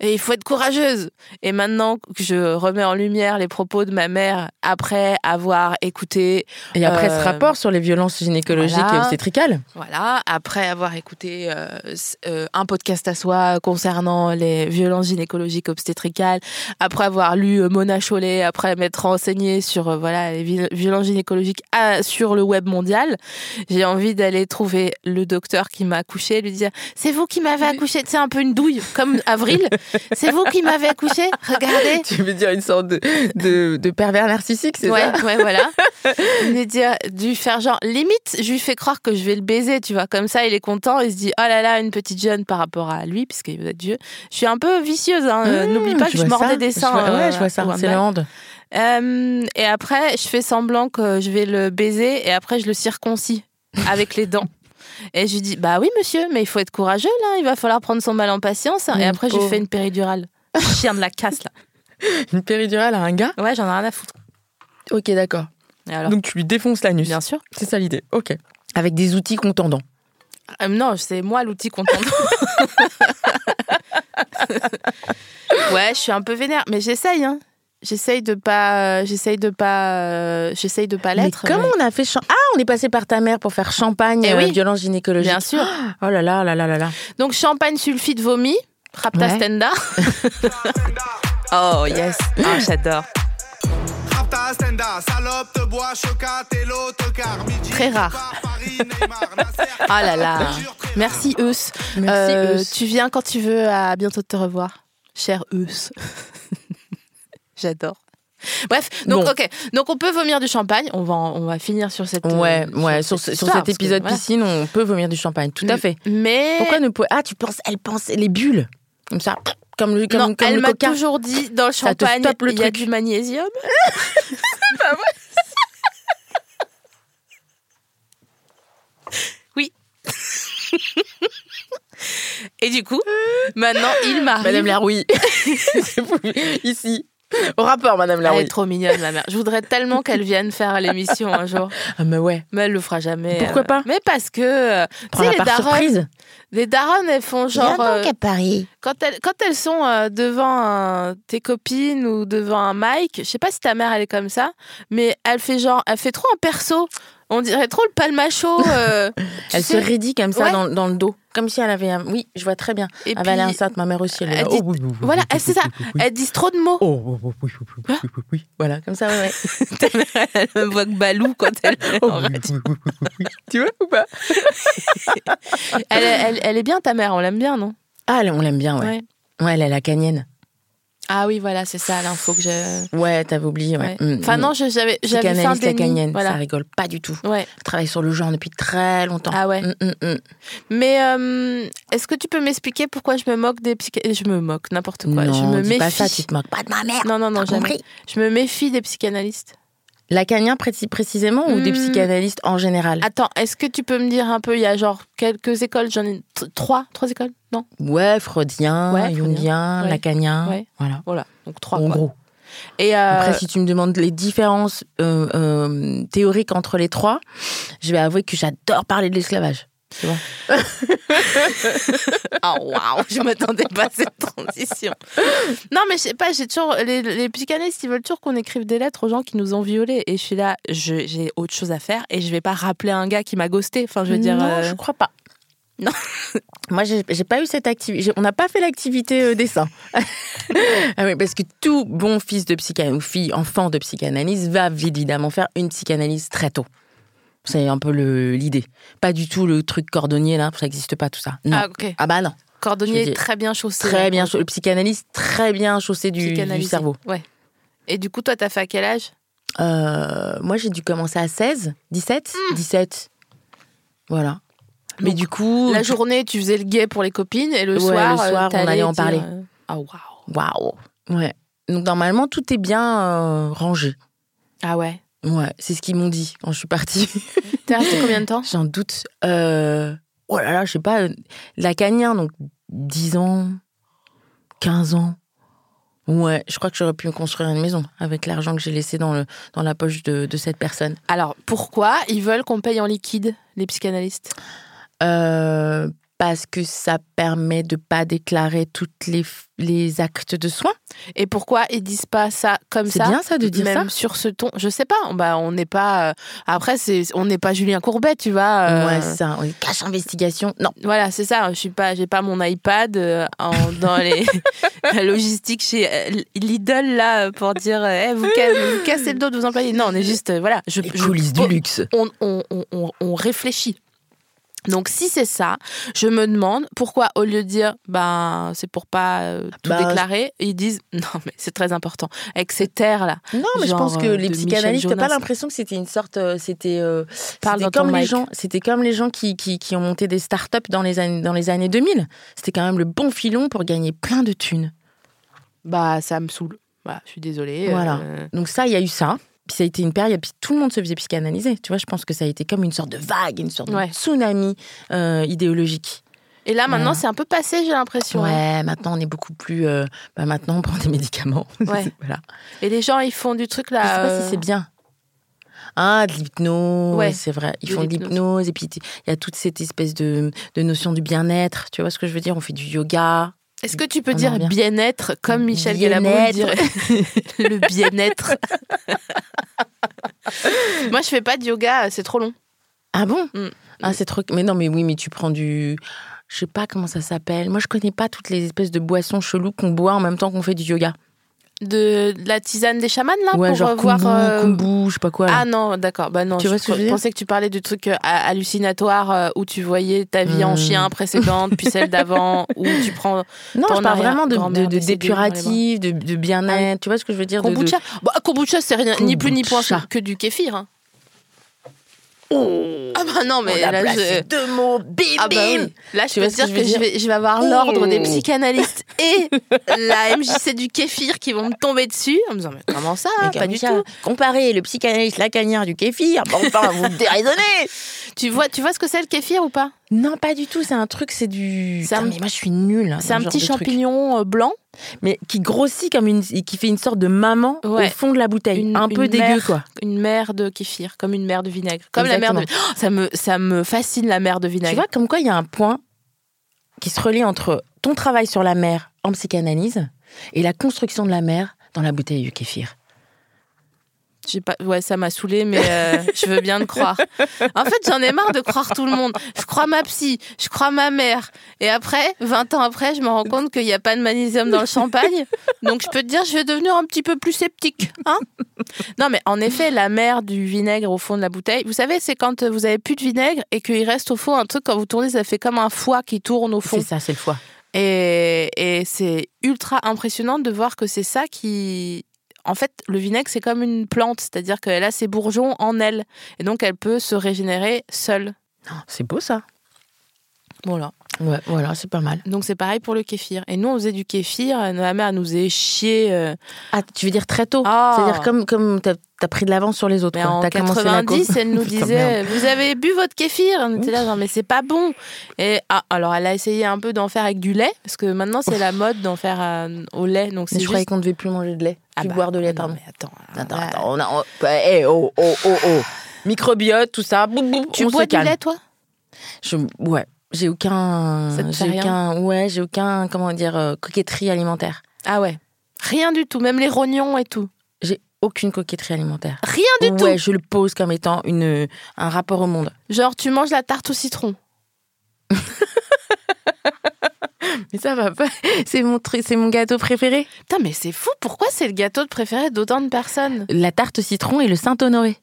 il faut être courageuse. Et maintenant que je remets en lumière les propos de ma mère après avoir écouté Et après Euh, ce rapport sur les violences gynécologiques voilà. et obstétricales, Voilà, après avoir écouté euh, s- euh, un podcast à soi concernant les violences gynécologiques obstétricales, après avoir lu euh, Mona Chollet, après m'être renseignée sur euh, voilà les vi- violences gynécologiques à- sur le web mondial, j'ai envie d'aller trouver le docteur qui m'a accouchée et lui dire "C'est vous qui m'avez accouchée, c'est un peu une douille comme avril. C'est vous qui m'avez accouchée Regardez." tu veux dire une sorte de, de, de pervers narcissique, c'est ouais, ça ouais, voilà. lui dire, euh, du faire genre, limite, je lui fais croire que je vais le baiser, tu vois. Comme ça, il est content, il se dit, oh là là, une petite jeune par rapport à lui, puisqu'il veut être vieux. Je suis un peu vicieuse, hein. euh, Mmh, N'oublie pas je que je vois mordais ça. des Je seins. vois- euh, ouais, je vois ça, au c'est handball. le hand. Euh, et après, je fais semblant que je vais le baiser et après, je le circoncis avec les dents. Et je lui dis, bah oui, monsieur, mais il faut être courageux, là. Il va falloir prendre son mal en patience. hein. Et Mmh, après, je lui pauvre. fais une péridurale. Chien de la casse, là. Une péridurale à un gars Ouais, j'en ai rien à foutre. Ok, d'accord. Et alors, Donc tu lui défonces l'anus. bien sûr. C'est ça l'idée. Ok. Avec des outils contendants. Euh, non, c'est moi l'outil contendant. ouais, je suis un peu vénère, mais j'essaye. Hein. J'essaye de pas, euh, j'essaye de pas, euh, j'essaye de pas l'être. mais comment on a fait cham- Ah, on est passé par ta mère pour faire champagne Eh et oui. violence mais- gynécologique. Bien sûr. Oh là là là là là là. Donc champagne sulfite vomi, rapta Ouais. stenda. oh yes, Ah, j'adore. Rapta, Stenda, salope de bois, chocate et l'autocar. Midi, Très rare. Copa, Paris, Neymar, Nasser, Ah là là. Arthur, très Merci Eus. Merci. Euh, Eus. Tu viens quand tu veux. À bientôt de te revoir, cher Eus. J'adore. Bref, donc Bon. ok, donc on peut vomir du champagne. On va, en- on va finir sur cette. Ouais, euh, ouais. Sur, cette ce- sur histoire, cet parce que, épisode voilà. piscine, on peut vomir du champagne. Tout à Mm. fait. Mais Pourquoi ne peut Ah, tu penses, elle pense les bulles comme ça, comme le comme, non, comme elle le m'a coca. toujours dit dans le Ça te champagne, stoppe le il y a truc. du magnésium. Oui. Et du coup, maintenant, il m'arrive. Madame Larouille. Ici. Au rapport, Madame Elle est Larouille. trop mignonne, ma mère. Je voudrais tellement qu'elle vienne faire l'émission un jour. Ah, mais ouais. Mais elle le fera jamais. Pourquoi euh. pas Mais parce que euh, tu sais, Prends-la les par darons, surprise. les darons, elles font genre. euh, Paris. Quand elles, quand elles sont euh, devant un- tes copines ou devant un mic, je sais pas si ta mère elle est comme ça, mais elle fait genre, elle fait trop un perso. On dirait trop le palmacho. euh, tu Elle se sais. raidit comme ça Ouais. dans, dans le dos. Comme si elle avait un... Oui, je vois très bien. Et ah bah, elle est puis, enceinte, ma mère aussi. Elle, est elle là. dit- Oh, oui, oui, oui, Voilà, oui, c'est oui, ça. oui, oui, oui. elles disent trop de mots. Oh, oh, oh, oui, oui, oui, oui, oui, oui, Oh, voilà, comme ça, ouais, ouais. Elle me voit que Balou quand elle. oui. Oh, oui, oui, oui, oui, oui, oui. tu vois ou pas Elle, elle- elle est bien ta mère, on l'aime bien, non Ah, elle- on l'aime bien, ouais. ouais. elle est la canienne. Ah oui, voilà, c'est ça l'info que j'ai. Ouais, t'avais oublié, ouais. Mm, Ouais. Enfin non, je- j'avais, j'avais fait un Psychanalyste, la déni, canienne, ça Voilà. rigole pas du tout. Ouais. Elle travaille sur le genre depuis très longtemps. Ah ouais. Mm, mm, mm. Mais euh, est-ce que tu peux m'expliquer pourquoi je me moque des psych... Je me moque, n'importe quoi. je me dis méfie. pas ça, tu te moques pas de ma mère. Non, non, non, t'as jamais. compris Je me méfie des psychanalystes. Lacanien pré- précisément ou des Hmm. psychanalystes en général Attends, est-ce que tu peux me dire un peu, il y a genre quelques écoles, j'en ai t- trois, trois écoles Non Ouais, freudien, Ouais, freudien. jungien, Ouais. lacanien. Ouais. Voilà. Voilà, donc trois. en quoi. gros. Et euh, Après, si tu me demandes les différences euh, euh, théoriques entre les trois, je vais avouer que j'adore parler de l'esclavage. tu vois. Ah waouh, je m'attendais pas à cette transition. Non mais je sais pas, j'ai toujours les, les psychanalystes ils veulent toujours qu'on écrive des lettres aux gens qui nous ont violés et je suis là, je- j'ai autre chose à faire et je vais pas rappeler un gars qui m'a ghosté. Enfin je veux dire, non, euh, je crois pas. Non. Moi, j'ai j'ai pas eu cette activité. On n'a pas fait l'activité euh, dessin. Ah oui, parce que tout bon fils de psychanalyste ou fille, enfant de psychanalyse, va évidemment faire une psychanalyse très tôt. C'est un peu le- l'idée. Pas du tout le truc cordonnier, là, ça n'existe pas tout ça. Non. ah Ah, ok, bah non. Je cordonnier dis- très bien chaussé, Très bien, cha- le psychanalyste très bien chaussé du- du Psychanalysé. cerveau. Ouais. Et du coup toi t'as fait à quel âge Euh, moi, j'ai dû commencer à 16, 17, 17. Voilà. Mais Hmm. Donc, du coup, La journée tu faisais le gay pour les copines et le Ouais, soir, le euh, soir, on t'allais allait en dire, parler. euh, Ah waouh. waouh. Ouais. Donc normalement, tout est bien euh, rangé. Ah ouais. Ouais, c'est ce qu'ils m'ont dit quand je suis partie. T'es resté combien de temps J'en doute. Euh, oh là là, je sais pas. euh, La canien, donc 10 ans, 15 ans. Ouais, je crois que j'aurais pu me construire une maison avec l'argent que j'ai laissé dans, le, dans la poche de, de cette personne. Alors pourquoi ils veulent qu'on paye en liquide les psychanalystes Euh, parce que ça permet de pas déclarer toutes les, f- les actes de soins. Et pourquoi ils disent pas ça comme C'est ça bien ça de dire même ça sur ce ton, je sais pas. Bah, on n'est pas. euh, après, c'est on n'est pas Julien Courbet, tu vois. euh, Ouais, ça, oui. cache investigation. Non, Voilà, c'est ça. Je suis pas, j'ai pas mon iPad euh, en- dans les la logistique chez euh, Lidl là euh, pour dire, euh, Eh, vous, ca- vous cassez le dos de vos employés. Non, on est juste, euh, voilà. Je, les je- coulisses du luxe. on, on, on- on- on réfléchit. Donc si c'est ça, je me demande pourquoi au lieu de dire ben c'est pour pas euh, tout Bah, déclarer, ils disent non mais c'est très important avec ces terres là. Non, mais Genre, je pense que euh, les de psychanalystes, Michel t'as pas Jonas. l'impression que c'était une sorte, euh, c'était, euh, Parle c'était dans ton comme les mic. gens, c'était comme les gens qui, qui, qui ont monté des startups dans les années dans les années 2000. C'était quand même le bon filon pour gagner plein de thunes. Bah ça me saoule. Voilà, je suis désolée. Voilà. euh, Donc ça, il y a eu ça. Puis ça a été une période, puis tout le monde se faisait psychanalyser. Tu vois, je pense que ça a été comme une sorte de vague, une sorte Ouais. de tsunami euh, idéologique. Et là maintenant Voilà. c'est un peu passé, j'ai l'impression. hein. Ouais, maintenant on est beaucoup plus. euh, bah, maintenant on prend des médicaments. Ouais. voilà. Et les gens ils font du truc là. Je sais pas euh, si c'est bien. Ah, de l'hypnose, Ouais, c'est vrai. Ils de font de l'hypnose. l'hypnose et puis t- il y a toute cette espèce de, de notion du bien-être. Tu vois ce que je veux dire On fait du yoga. Est-ce que tu peux On dire aimerait bien. bien-être comme Michel Galabru Bien-être. dirait le bien-être Moi je fais pas de yoga, euh, c'est trop long. Ah bon Mm. Ah, c'est trop. Mais non, mais oui, mais tu prends du. Je sais pas comment ça s'appelle. Moi, je connais pas toutes les espèces de boissons cheloues qu'on boit en même temps qu'on fait du yoga. de de la tisane des chamans là ouais, pour genre euh, voir kombu, euh, kombu, je sais pas quoi. là. ah non d'accord bah non Tu vois ce que je veux dire pensais que tu parlais du truc euh, ha- hallucinatoire euh, où tu voyais ta vie en Hmm. chien précédente puis celle d'avant où tu prends non, t'en je parle as rien, vraiment de, de, grand-mère de décédée, dépuratif, de, de bien-être. Ah Tu vois ce que je veux dire de- de- kombucha bah kombucha c'est rien ni plus ni point Kombucha. que du kéfir hein. Oh. ah bah non mais On a là placé je deux mots, bim, ah bah bim. oui. là je Tu peux vois ce te que dire que, je veux je, dire Oh. vais, je vais avoir l'ordre des Ouh. psychanalystes et la MJC du kéfir qui vont me tomber dessus en me disant mais comment ça Mais Ah, pas du Camilla, tout Comparer le psychanalyste lacanien du kéfir, bon, enfin, Ah, vous me déraisonnez tu vois tu vois ce que c'est le kéfir ou pas Non, pas du tout, c'est un truc, c'est du. C'est un- Putain, mais moi, je suis nulle. hein, c'est dans un ce petit genre de truc. champignon euh, blanc Mais qui grossit comme une. et qui fait une sorte de maman Ouais. au fond de la bouteille. Une- un peu une dégueu, mère. quoi. une mer de kéfir, comme une mer de vinaigre. Comme la mer de Exactement. Oh, ça me ça me fascine la mer de Tu vinaigre. vois, comme quoi, il y a un point qui se relie entre ton travail sur la mer en psychanalyse et la construction de la mer dans la bouteille du kéfir. J'ai pas ouais, ça m'a saoulé mais euh, je veux bien le croire. En fait, j'en ai marre de croire tout le monde. Je crois ma psy, je crois ma mère et après 20 ans après, je me rends compte qu'il n'y a pas de magnésium dans le champagne. Donc je peux te dire je vais devenir un petit peu plus sceptique, hein Non mais en effet, la mer du vinaigre au fond de la bouteille, vous savez, c'est quand vous avez plus de vinaigre et qu'il reste au fond un truc quand vous tournez, ça fait comme un foie qui tourne au fond. C'est ça, c'est le foie. Et, et c'est ultra impressionnant de voir que c'est ça qui. En fait, le vinaigre, c'est comme une plante, c'est-à-dire qu'elle a ses bourgeons en elle. Et donc, elle peut se régénérer seule. C'est beau, ça. Voilà. Ouais, voilà, c'est pas mal. Donc, c'est pareil pour le kéfir. Et nous, on faisait du kéfir. euh, Ma mère elle nous faisait chier. euh, Ah, tu veux dire très tôt Ah. C'est-à-dire comme, comme t'as as pris de l'avance sur les autres. Mais quoi. en T'as commencé la co- 90, elle nous Putain, merde. disait Vous avez bu votre kéfir On était là, genre, mais c'est pas bon. Et ah, alors, elle a essayé un peu d'en faire avec du lait, parce que maintenant, c'est la mode d'en faire euh, au lait. Donc, Mais c'est je croyais juste. qu'on ne devait plus manger de lait. Ah plus bah, boire de lait, non, pardon. mais attends, Attends, ouais. attends, bah, on a. on- Eh, oh, oh, oh, oh. Microbiote, tout ça. boum, boum, Tu on bois se du calme. lait, toi Je, ouais, j'ai aucun, Ça te fait j'ai rien aucun, ouais, j'ai aucun, comment dire, euh, coquetterie alimentaire. Ah ouais. Rien du tout, même les rognons et tout. J'ai aucune coquetterie alimentaire. Rien du ouais, tout. je le pose comme étant une, euh, un rapport au monde. Genre, tu manges la tarte au citron. Mais ça va pas. C'est mon truc, c'est mon gâteau préféré. Putain, mais c'est fou, pourquoi c'est le gâteau de préféré d'autant de personnes La tarte au citron et le Saint-Honoré.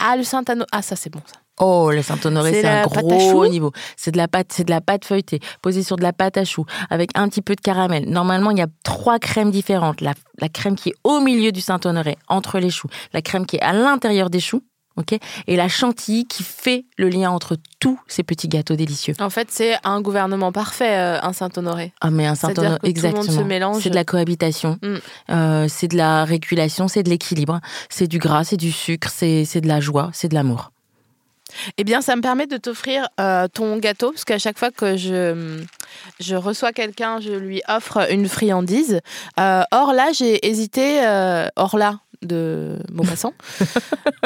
Ah, le saint anneau Ah, ça, c'est bon, ça. Oh, le Saint-Honoré, C'est c'est un la pâte à choux gros niveau. C'est de la pâte, c'est de la pâte feuilletée posée sur de la pâte à choux avec un petit peu de caramel. Normalement, il y a trois crèmes différentes. La, la crème qui est au milieu du Saint-Honoré, entre les choux. La crème qui est à l'intérieur des choux, ok. Et la chantilly qui fait le lien entre tous ces petits gâteaux délicieux. En fait, c'est un gouvernement parfait, euh, un Saint-Honoré. Ah mais un C'est-à-dire Saint-Honoré, que tout le monde exactement. se mélange. C'est de la cohabitation, Mm. euh, c'est de la régulation, c'est de l'équilibre, c'est du gras, c'est du sucre, c'est c'est de la joie, c'est de l'amour. Eh bien, ça me permet de t'offrir euh, ton gâteau, parce qu'à chaque fois que je, je reçois quelqu'un, je lui offre une friandise. Euh, or là, j'ai hésité, euh, or là, de Maupassant.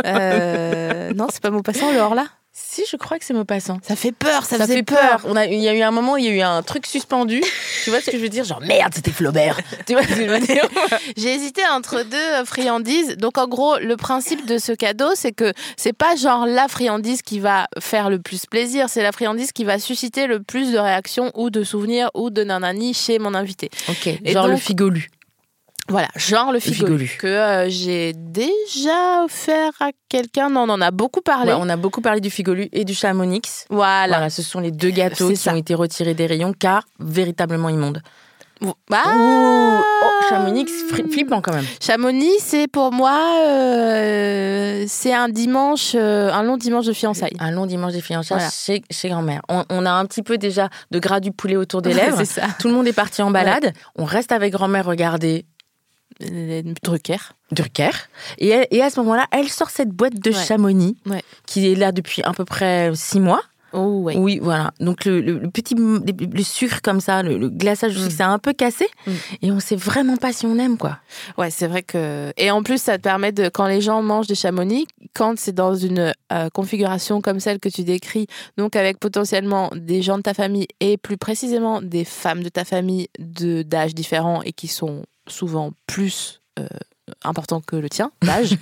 euh, non, c'est pas Maupassant, le or là. Si, je crois que c'est Maupassant. Ça fait peur, ça, Ça, faisait fait peur. On a, il y a eu un moment, il y a eu un truc suspendu. tu vois ce que je veux dire Genre merde, c'était Flaubert. tu vois ce que je veux dire J'ai hésité entre deux euh, friandises. Donc en gros, le principe de ce cadeau, c'est que c'est pas genre la friandise qui va faire le plus plaisir, c'est la friandise qui va susciter le plus de réactions ou de souvenirs ou de nanani chez mon invité. Ok. Et genre le donc- figolu. Voilà, genre le figolu, figolu. que euh, j'ai déjà offert à quelqu'un. Non, on en a beaucoup parlé. Ouais, on a beaucoup parlé du figolu et du chamonix. Voilà. Voilà, ce sont les deux gâteaux C'est qui ça. ont été retirés des rayons car véritablement immondes. Ah Ouh, Mmh. oh, chamonix, fri- flippant quand même. Chamonix, c'est pour moi, euh, c'est un dimanche, euh, un long dimanche de fiançailles. Un long dimanche des fiançailles Voilà. chez, chez grand-mère. On, on a un petit peu déjà de gras du poulet autour des lèvres. c'est ça. Tout le monde est parti en balade. On reste avec grand-mère regarder Euh, Drucker. Durker. Et, elle- et à ce moment-là, elle sort cette boîte de Ouais. Chamonix Ouais. qui est là depuis à peu près six mois. Oh ouais. Oui, voilà. Donc le, le- le petit le sucre comme ça, le, le glaçage, je sais que c'est un peu cassé. Mm. Et on sait vraiment pas si on aime quoi. Ouais, c'est vrai que. Et en plus, ça te permet de. Quand les gens mangent des chamonix, quand c'est dans une euh, configuration comme celle que tu décris, donc avec potentiellement des gens de ta famille et plus précisément des femmes de ta famille de d'âges différents et qui sont souvent plus. euh, importants que le tien, d'âge.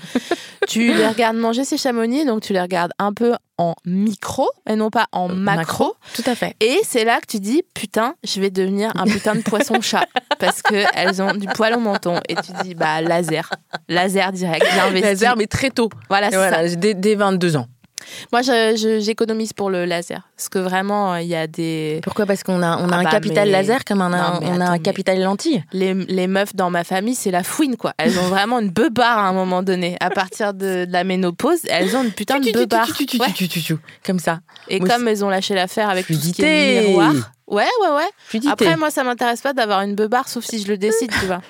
tu les regardes manger ces chamonix, donc tu les regardes un peu en micro et non pas en Euh, macro. Tout à fait. Et c'est là que tu dis putain, je vais devenir un putain de poisson chat parce que elles ont du poil au menton et tu dis bah laser, laser direct, j'ai investi. Laser, mais Ah, très tôt. Voilà, c'est Voilà, dès, dès 22 ans. ça. Moi, je- je- j'économise pour le laser parce que vraiment euh, il y a des Pourquoi Parce qu'on a, on a Ah un bah, capital mais- laser comme on a, Non, mais on a attends, un mais- capital lentille. les, les meufs dans ma famille, c'est la fouine quoi. Elles ont vraiment une beubare à un moment donné. À partir de, de la ménopause, elles ont une putain de Tu, tu, tu, beubare. tu, tu, tu, Ouais. tu, tu, tu, Comme ça. Et Moi, comme elles ont lâché l'affaire avec tout ce qui est Fluidité. miroir. Ouais, ouais, ouais. Fluidité. Après, moi, ça m'intéresse pas d'avoir une beubare sauf si je le décide, tu vois.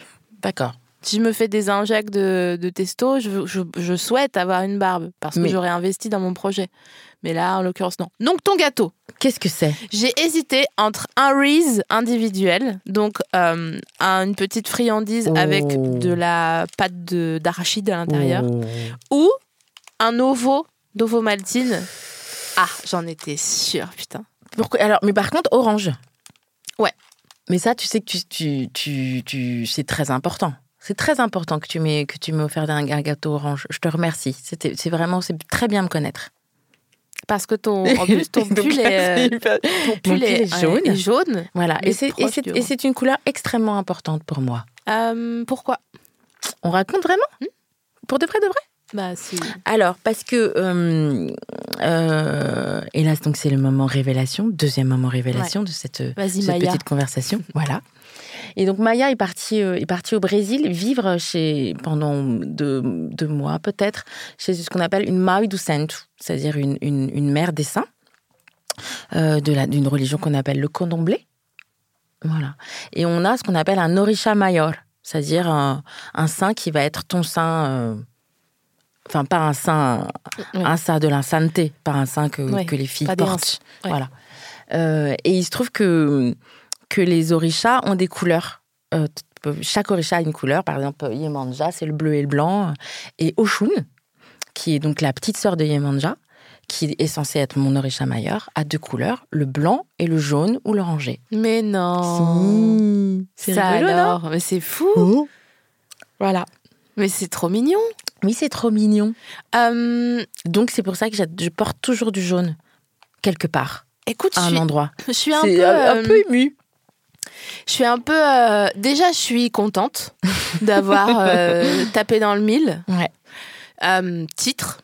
D'accord. Si je me fais des injects de, de testo, je, veux- je- je souhaite avoir une barbe parce que Mais- j'aurais investi dans mon projet. Mais là, en l'occurrence, non. Donc, ton gâteau. Qu'est-ce que c'est J'ai hésité entre un Reese individuel, donc euh, un- une petite friandise Oh. avec de la pâte de- d'arachide à l'intérieur, ou un ovo d'ovo maltine. Ah, j'en étais sûre, putain. Pourquoi Alors, mais par contre, orange. Ouais. Mais ça, tu sais que tu, tu, tu, tu- c'est très important. C'est très important que tu m'aies que tu m'aies offert un, un gâteau orange. Je te remercie. C'était, c'est vraiment, c'est très bien me connaître. Parce que ton, en plus, ton Donc pull là, est, c'est hyper- ton pull euh, pull est- est jaune. est jaune. Voilà. Mais Et c'est, et proche c'est, du et orange. c'est une couleur extrêmement importante pour moi. Euh, pourquoi On raconte vraiment Pour de vrai, de vrai Bah, si. Hmm. Alors, parce que. euh, euh, hélas, donc, c'est le moment révélation, deuxième moment révélation de cette, euh, Vas-y, cette Maya. petite conversation. voilà. Et donc, Maya est partie, euh, est partie au Brésil vivre chez, pendant deux, deux mois, peut-être, chez ce qu'on appelle une Maui do Santo, c'est-à-dire une, une, une mère des saints, euh, de la- d'une religion qu'on appelle le candomblé. Voilà. Et on a ce qu'on appelle un orisha mayor, c'est-à-dire un, un saint qui va être ton saint. euh, Enfin, pas un saint, Ouais. un saint de la sainteté, pas un saint que, Ouais, que les filles pas des portent. Ouais. Voilà. Euh, et il se trouve que, que les orishas ont des couleurs. Euh, t- peu- chaque orisha a une couleur. Par exemple, Yemanja, c'est le bleu et le blanc. Et Oshun, qui est donc la petite sœur de Yemanja, qui est censé être mon oréchamailleur, a deux couleurs, le blanc et le jaune ou l'orangé. Mais non. C'est ça rigolo, non alors. Mais c'est fou. Voilà. Mais c'est trop mignon. Oui, c'est trop mignon. Euh, Donc c'est pour ça que j'a- je porte toujours du jaune, quelque part, écoute, je à un suis, endroit. je suis un peu, C'est euh, ému. je suis un peu. euh, déjà, je suis contente d'avoir euh, tapé dans le mille. Ouais. Euh, titre.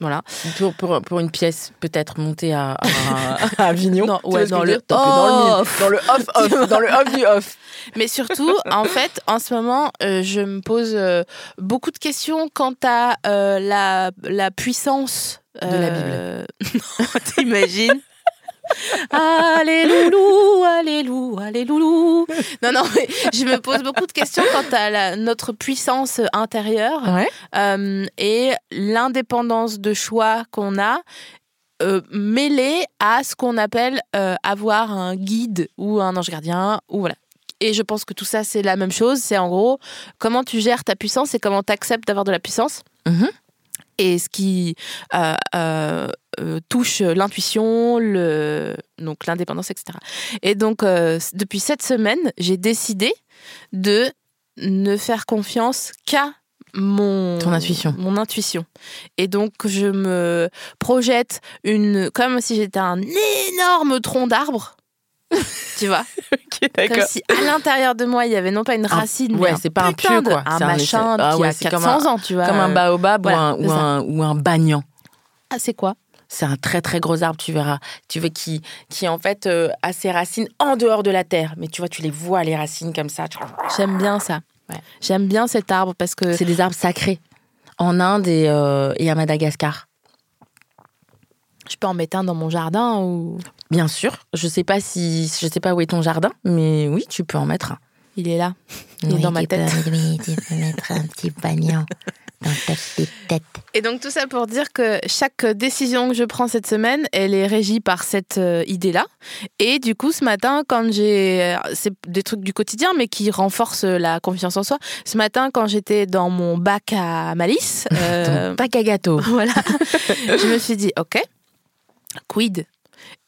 Voilà. Pour, pour, pour une pièce, peut-être montée à, à, à Avignon. Non, Tu ouais, vois ce que dans je veux le dire T'en fais dans le mille. Dans le off-off. Oh, dans le off du off. Mais surtout, en fait, en ce moment, euh, je me pose euh, beaucoup de questions quant à euh, la, la puissance De la Bible. T'imagines Allez loulou, allez loulou, allez loulou. Non, non, mais je me pose beaucoup de questions quant à la- notre puissance intérieure Ouais. euh, et l'indépendance de choix qu'on a euh, mêlée à ce qu'on appelle euh, avoir un guide ou un ange gardien ou voilà. Et je pense que tout ça c'est la même chose, c'est en gros comment tu gères ta puissance et comment tu acceptes d'avoir de la puissance. Mhm. Et ce qui euh, euh, euh, touche l'intuition, le donc l'indépendance, etc. Et donc euh, c- depuis cette semaine, j'ai décidé de ne faire confiance qu'à mon Ton intuition. mon intuition. Et donc je me projette une comme si j'étais un énorme tronc d'arbre. tu vois Ok, comme si à l'intérieur de moi il y avait non pas une Un- racine ouais, mais un c'est pas un putain pieu, de- quoi. un C'est un machin essai. Ah qui ouais, a c'est comme 400 ans tu vois Comme un baobab voilà, ou, un, c'est ou, ça. un, ou un bagnan. ah c'est quoi C'est un très très gros arbre, tu verras. Tu vois, qui, qui en fait euh, a ses racines en dehors de la terre. Mais tu vois, tu les vois, les racines comme ça. j'aime bien ça Ouais. j'aime bien cet arbre parce que C'est des arbres sacrés en Inde et, euh, et à Madagascar. je peux en mettre un dans mon jardin ou Bien sûr, je sais pas si je sais pas où est ton jardin, mais oui, tu peux en mettre un. il est là il est dans ma tête oui, tu peux mettre un petit bagnan dans ta petite tête. et donc tout ça pour dire que chaque décision que je prends cette semaine elle est régie par cette idée là et du coup ce matin quand j'ai euh, c'est des trucs du quotidien mais qui renforcent euh, la confiance en soi ce matin quand j'étais dans mon bac à malice euh, Ton bac à gâteau. Voilà. je me suis dit, OK, quid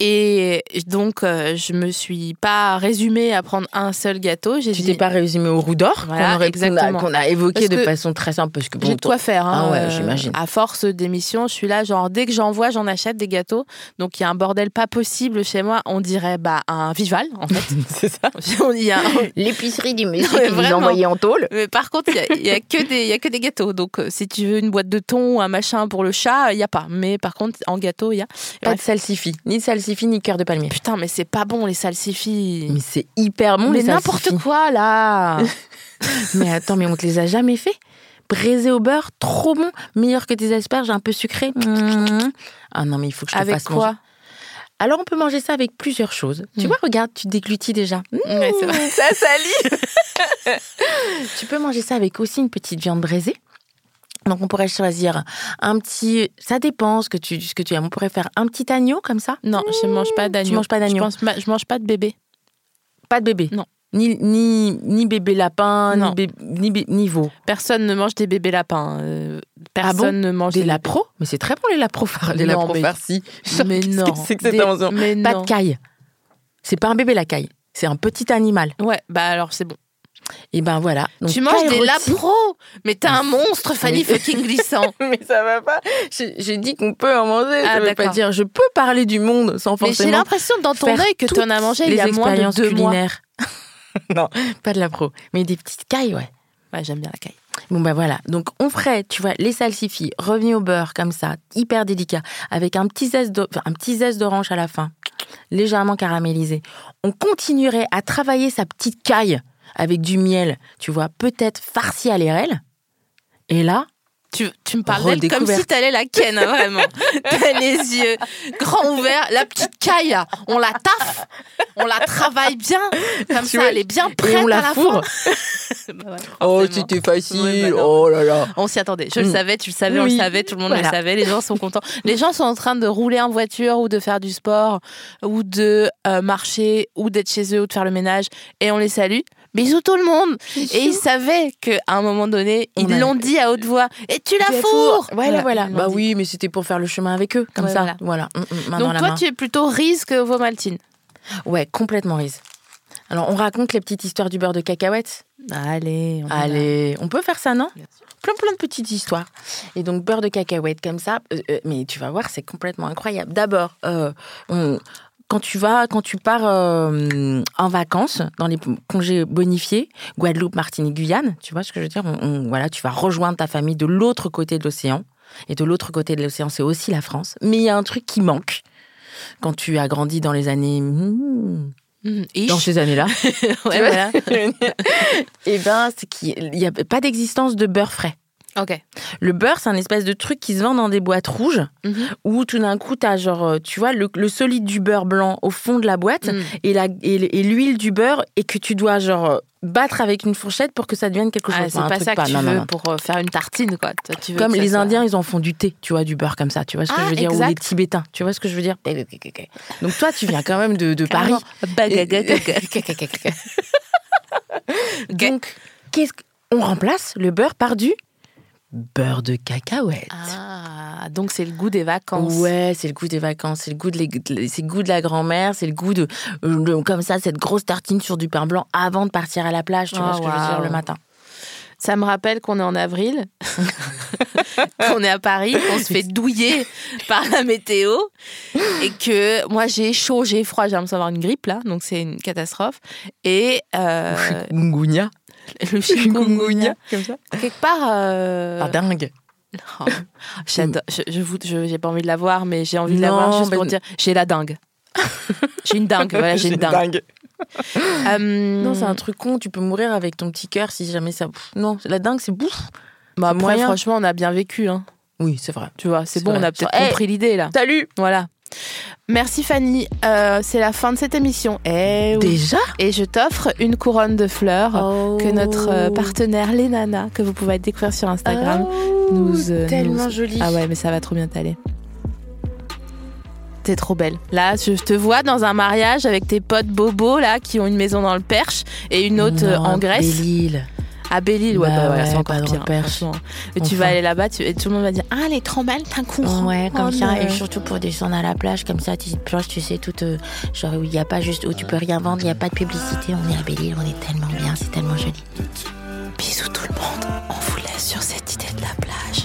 Et donc, euh, je me suis pas résumée à prendre un seul gâteau. J'ai Tu dit, t'es pas résumé au roux d'or Voilà, qu'on aurait- qu'on a, exactement. qu'on a évoqué Parce de que façon très simple parce que bon, j'ai de quoi faire. hein. Ah ouais, Euh, j'imagine. À force d'émissions, je suis là, genre, dès que j'en vois, j'en achète des gâteaux. Donc, il y a un bordel pas possible chez moi. On dirait bah, un Vival, en fait. c'est ça. Il y a un- L'épicerie du Non, monsieur mais qui nous vraiment. envoyait en tôle. Mais par contre, il y a- il y a, que des- il y a que des gâteaux. Donc, euh, si tu veux une boîte de thon ou un machin pour le chat, il n'y a pas. Mais par contre, en gâteau, il y a. Pas Bref. de salsifis, ni de salsifis, ni cœur de palmier. Putain, mais c'est pas bon, les salsifis. Mais c'est hyper bon, mais les n'importe salsifis. quoi là Mais attends, mais on te les a jamais fait Braisé au beurre, trop bon, meilleur que tes asperges, un peu sucré. Mmh. Ah non, mais il faut que je te Mm. Euh, Avec fasse manger. quoi Alors on peut manger ça avec plusieurs choses. Tu Mm. vois, regarde, tu déglutis déjà. Mmh, Ouais, c'est vrai. ça salit. tu peux manger ça avec aussi une petite viande braisée. Donc on pourrait choisir un petit, ça dépend ce que tu ce que tu aimes. On pourrait faire un petit agneau comme ça. Non, je mange pas d'agneau. Tu manges pas d'agneau. Je, pense pas- je mange pas de bébé. Pas de bébé. Non. Ni ni ni bébé lapin, Non. ni bé- ni, bé- ni veau. Personne ne mange des bébés lapins. euh, Ah personne bon ne mange Des des lapros Mais c'est très bon les lapros far- les Non, lapros mais- farcis. Mais Qu'est-ce non. que c'est que cette Des- invention Mais Pas non. de caille. C'est pas un bébé la caille. C'est un petit animal. Ouais, bah alors c'est bon. Et ben voilà. Donc, tu manges caille des rôtie. lapros Mais t'es un monstre, Fanny Mais- fucking glissant. Mais ça va pas. J'ai j'ai dit qu'on peut en manger. Ah, ça veut pas d'accord. dire je peux parler du monde sans Mais j'ai forcément. l'impression dans ton faire œil que t'en as mangé il y a moins de deux mois. non, pas de la pro, mais des petites cailles, ouais. Ouais, j'aime bien la caille. Bon ben voilà, donc on ferait, tu vois, les salsifis revenus au beurre comme ça, hyper délicat, avec un petit zeste d'o- enfin, un petit zeste d'orange à la fin, légèrement caramélisé. On continuerait à travailler sa petite caille avec du miel, tu vois, peut-être farci à l'airel. Et là, Tu, tu me parles d'elle comme Redécouverte. si t'allais la ken, hein, vraiment. T'as les yeux grands ouverts, la petite caille, là, on la taffe, on la travaille bien, comme ça vois, elle est bien et prête on à la la fourre. fin. Bah ouais, Oh, forcément. c'était facile. Oui, bah non. oh là là. On s'y attendait, je le Mm. savais, tu le savais, on le Oui. savait, tout le monde le Voilà. savait, les gens sont contents. Les gens sont en train de rouler en voiture ou de faire du sport ou de euh, marcher ou d'être chez eux ou de faire le ménage et on les salue. Bisous tout le monde. Et ils savaient qu'à un moment donné, On ils a- l'ont dit à haute voix. Et tu la fourres Voilà, voilà. ils l'ont Bah dit. oui, mais c'était pour faire le chemin avec eux, comme Ouais, ça. Voilà. Mm, mm, main dans Donc la toi, main. tu es plutôt risque que Vomaltine. Ouais, complètement Riz. Alors, on raconte les petites histoires du beurre de cacahuète. Allez, on y va. Allez, on peut faire ça, non Bien sûr. Plein, plein de petites histoires. Et donc, beurre de cacahuète, comme ça. euh, euh, mais tu vas voir, c'est complètement incroyable. D'abord, euh, on- Quand tu vas, quand tu pars euh, en vacances dans les congés bonifiés, Guadeloupe, Martinique, Guyane, tu vois ce que je veux dire On- on- Voilà, tu vas rejoindre ta famille de l'autre côté de l'océan, et de l'autre côté de l'océan, c'est aussi la France. Mais il y a un truc qui manque quand tu as grandi dans les années hmm, Mhm. Ish. dans ces années-là. Ouais, tu vois voilà. Eh ben, c'est qu'il n'y a pas d'existence de beurre frais. Ok. Le beurre, c'est un espèce de truc qui se vend dans des boîtes rouges Mhm. où tout d'un coup, tu as genre, euh, tu vois, le, le solide du beurre blanc au fond de la boîte Mhm. et la- et l- et l'huile du beurre et que tu dois genre euh, battre avec une fourchette pour que ça devienne quelque chose. Ah, Enfin, c'est un pas truc ça que tu non, non, veux non. pour euh, faire une tartine, quoi. Toi, tu veux Comme que ça les soit- Indiens, ils en font du thé, tu vois, du beurre comme ça, tu vois ce que Ah, je veux dire, ou les exact. Tibétains, tu vois ce que je veux dire. Donc toi, tu viens quand même de, de Paris. Donc, qu'est-ce qu'on remplace le beurre par du beurre de cacahuète. Ah, donc c'est le goût des vacances. Ouais, c'est le goût des vacances, c'est le goût de, les- de- c'est le goût de la grand-mère, c'est le goût de, euh, de- comme ça cette grosse tartine sur du pain blanc avant de partir à la plage, tu vois Oh, ce que je veux dire waouh. le matin. Ça me rappelle qu'on est en avril, qu'on est à Paris, qu'on se fait douiller par la météo et que moi j'ai chaud, j'ai froid, j'ai l'impression d'avoir une grippe là, donc c'est une catastrophe. Et euh, Chikungunya, le chikungunya, comme ça. quelque part. euh, Pas dingue. oh, j'adore- je je vous- je- j'ai pas envie de la voir, mais j'ai envie de la Non, voir juste pour mais- dire j'ai la dingue. j'ai une dingue, voilà, j'ai une dingue. Euh, Non, c'est un truc con, tu peux mourir avec ton petit cœur si jamais ça. Pff, Non, la dingue, c'est bouf. bah, c'est après, moyen. franchement, on a bien vécu, hein. Oui, c'est vrai. Tu vois, c'est C'est bon, vrai. on a peut-être Eh, compris l'idée là. Salut Voilà. Merci Fanny, Euh, c'est la fin de cette émission. Eh oui. Déjà Et je t'offre une couronne de fleurs que notre euh, partenaire partenaire Les Nanas, que vous pouvez découvrir sur Instagram. nous, euh, tellement nous- joli. Ah ouais, mais ça va trop bien t'aller. T'es trop belle. Là, je te vois dans un mariage avec tes potes bobos là qui ont une maison dans le Perche et une autre euh, Non, en Grèce. Belle-Île. À Belle-Île, ouais, Bah bah, voilà, ouais, c'est encore pas dans le pire. hein, Perche. franchement. Mais tu vas Enfin. aller là-bas, tu- et tout le monde va dire Ah, elle est trop belle, t'as un couron. Ouais, comme Oh, ça, mais- et surtout pour descendre à la plage, comme ça, tu plonges, tu sais, tout, euh, genre où il n'y a pas juste, où tu peux rien vendre, il n'y a pas de publicité, on est à Belle-Île, on est tellement bien, c'est tellement joli. Bisous tout le monde, on vous laisse sur cette idée de la plage.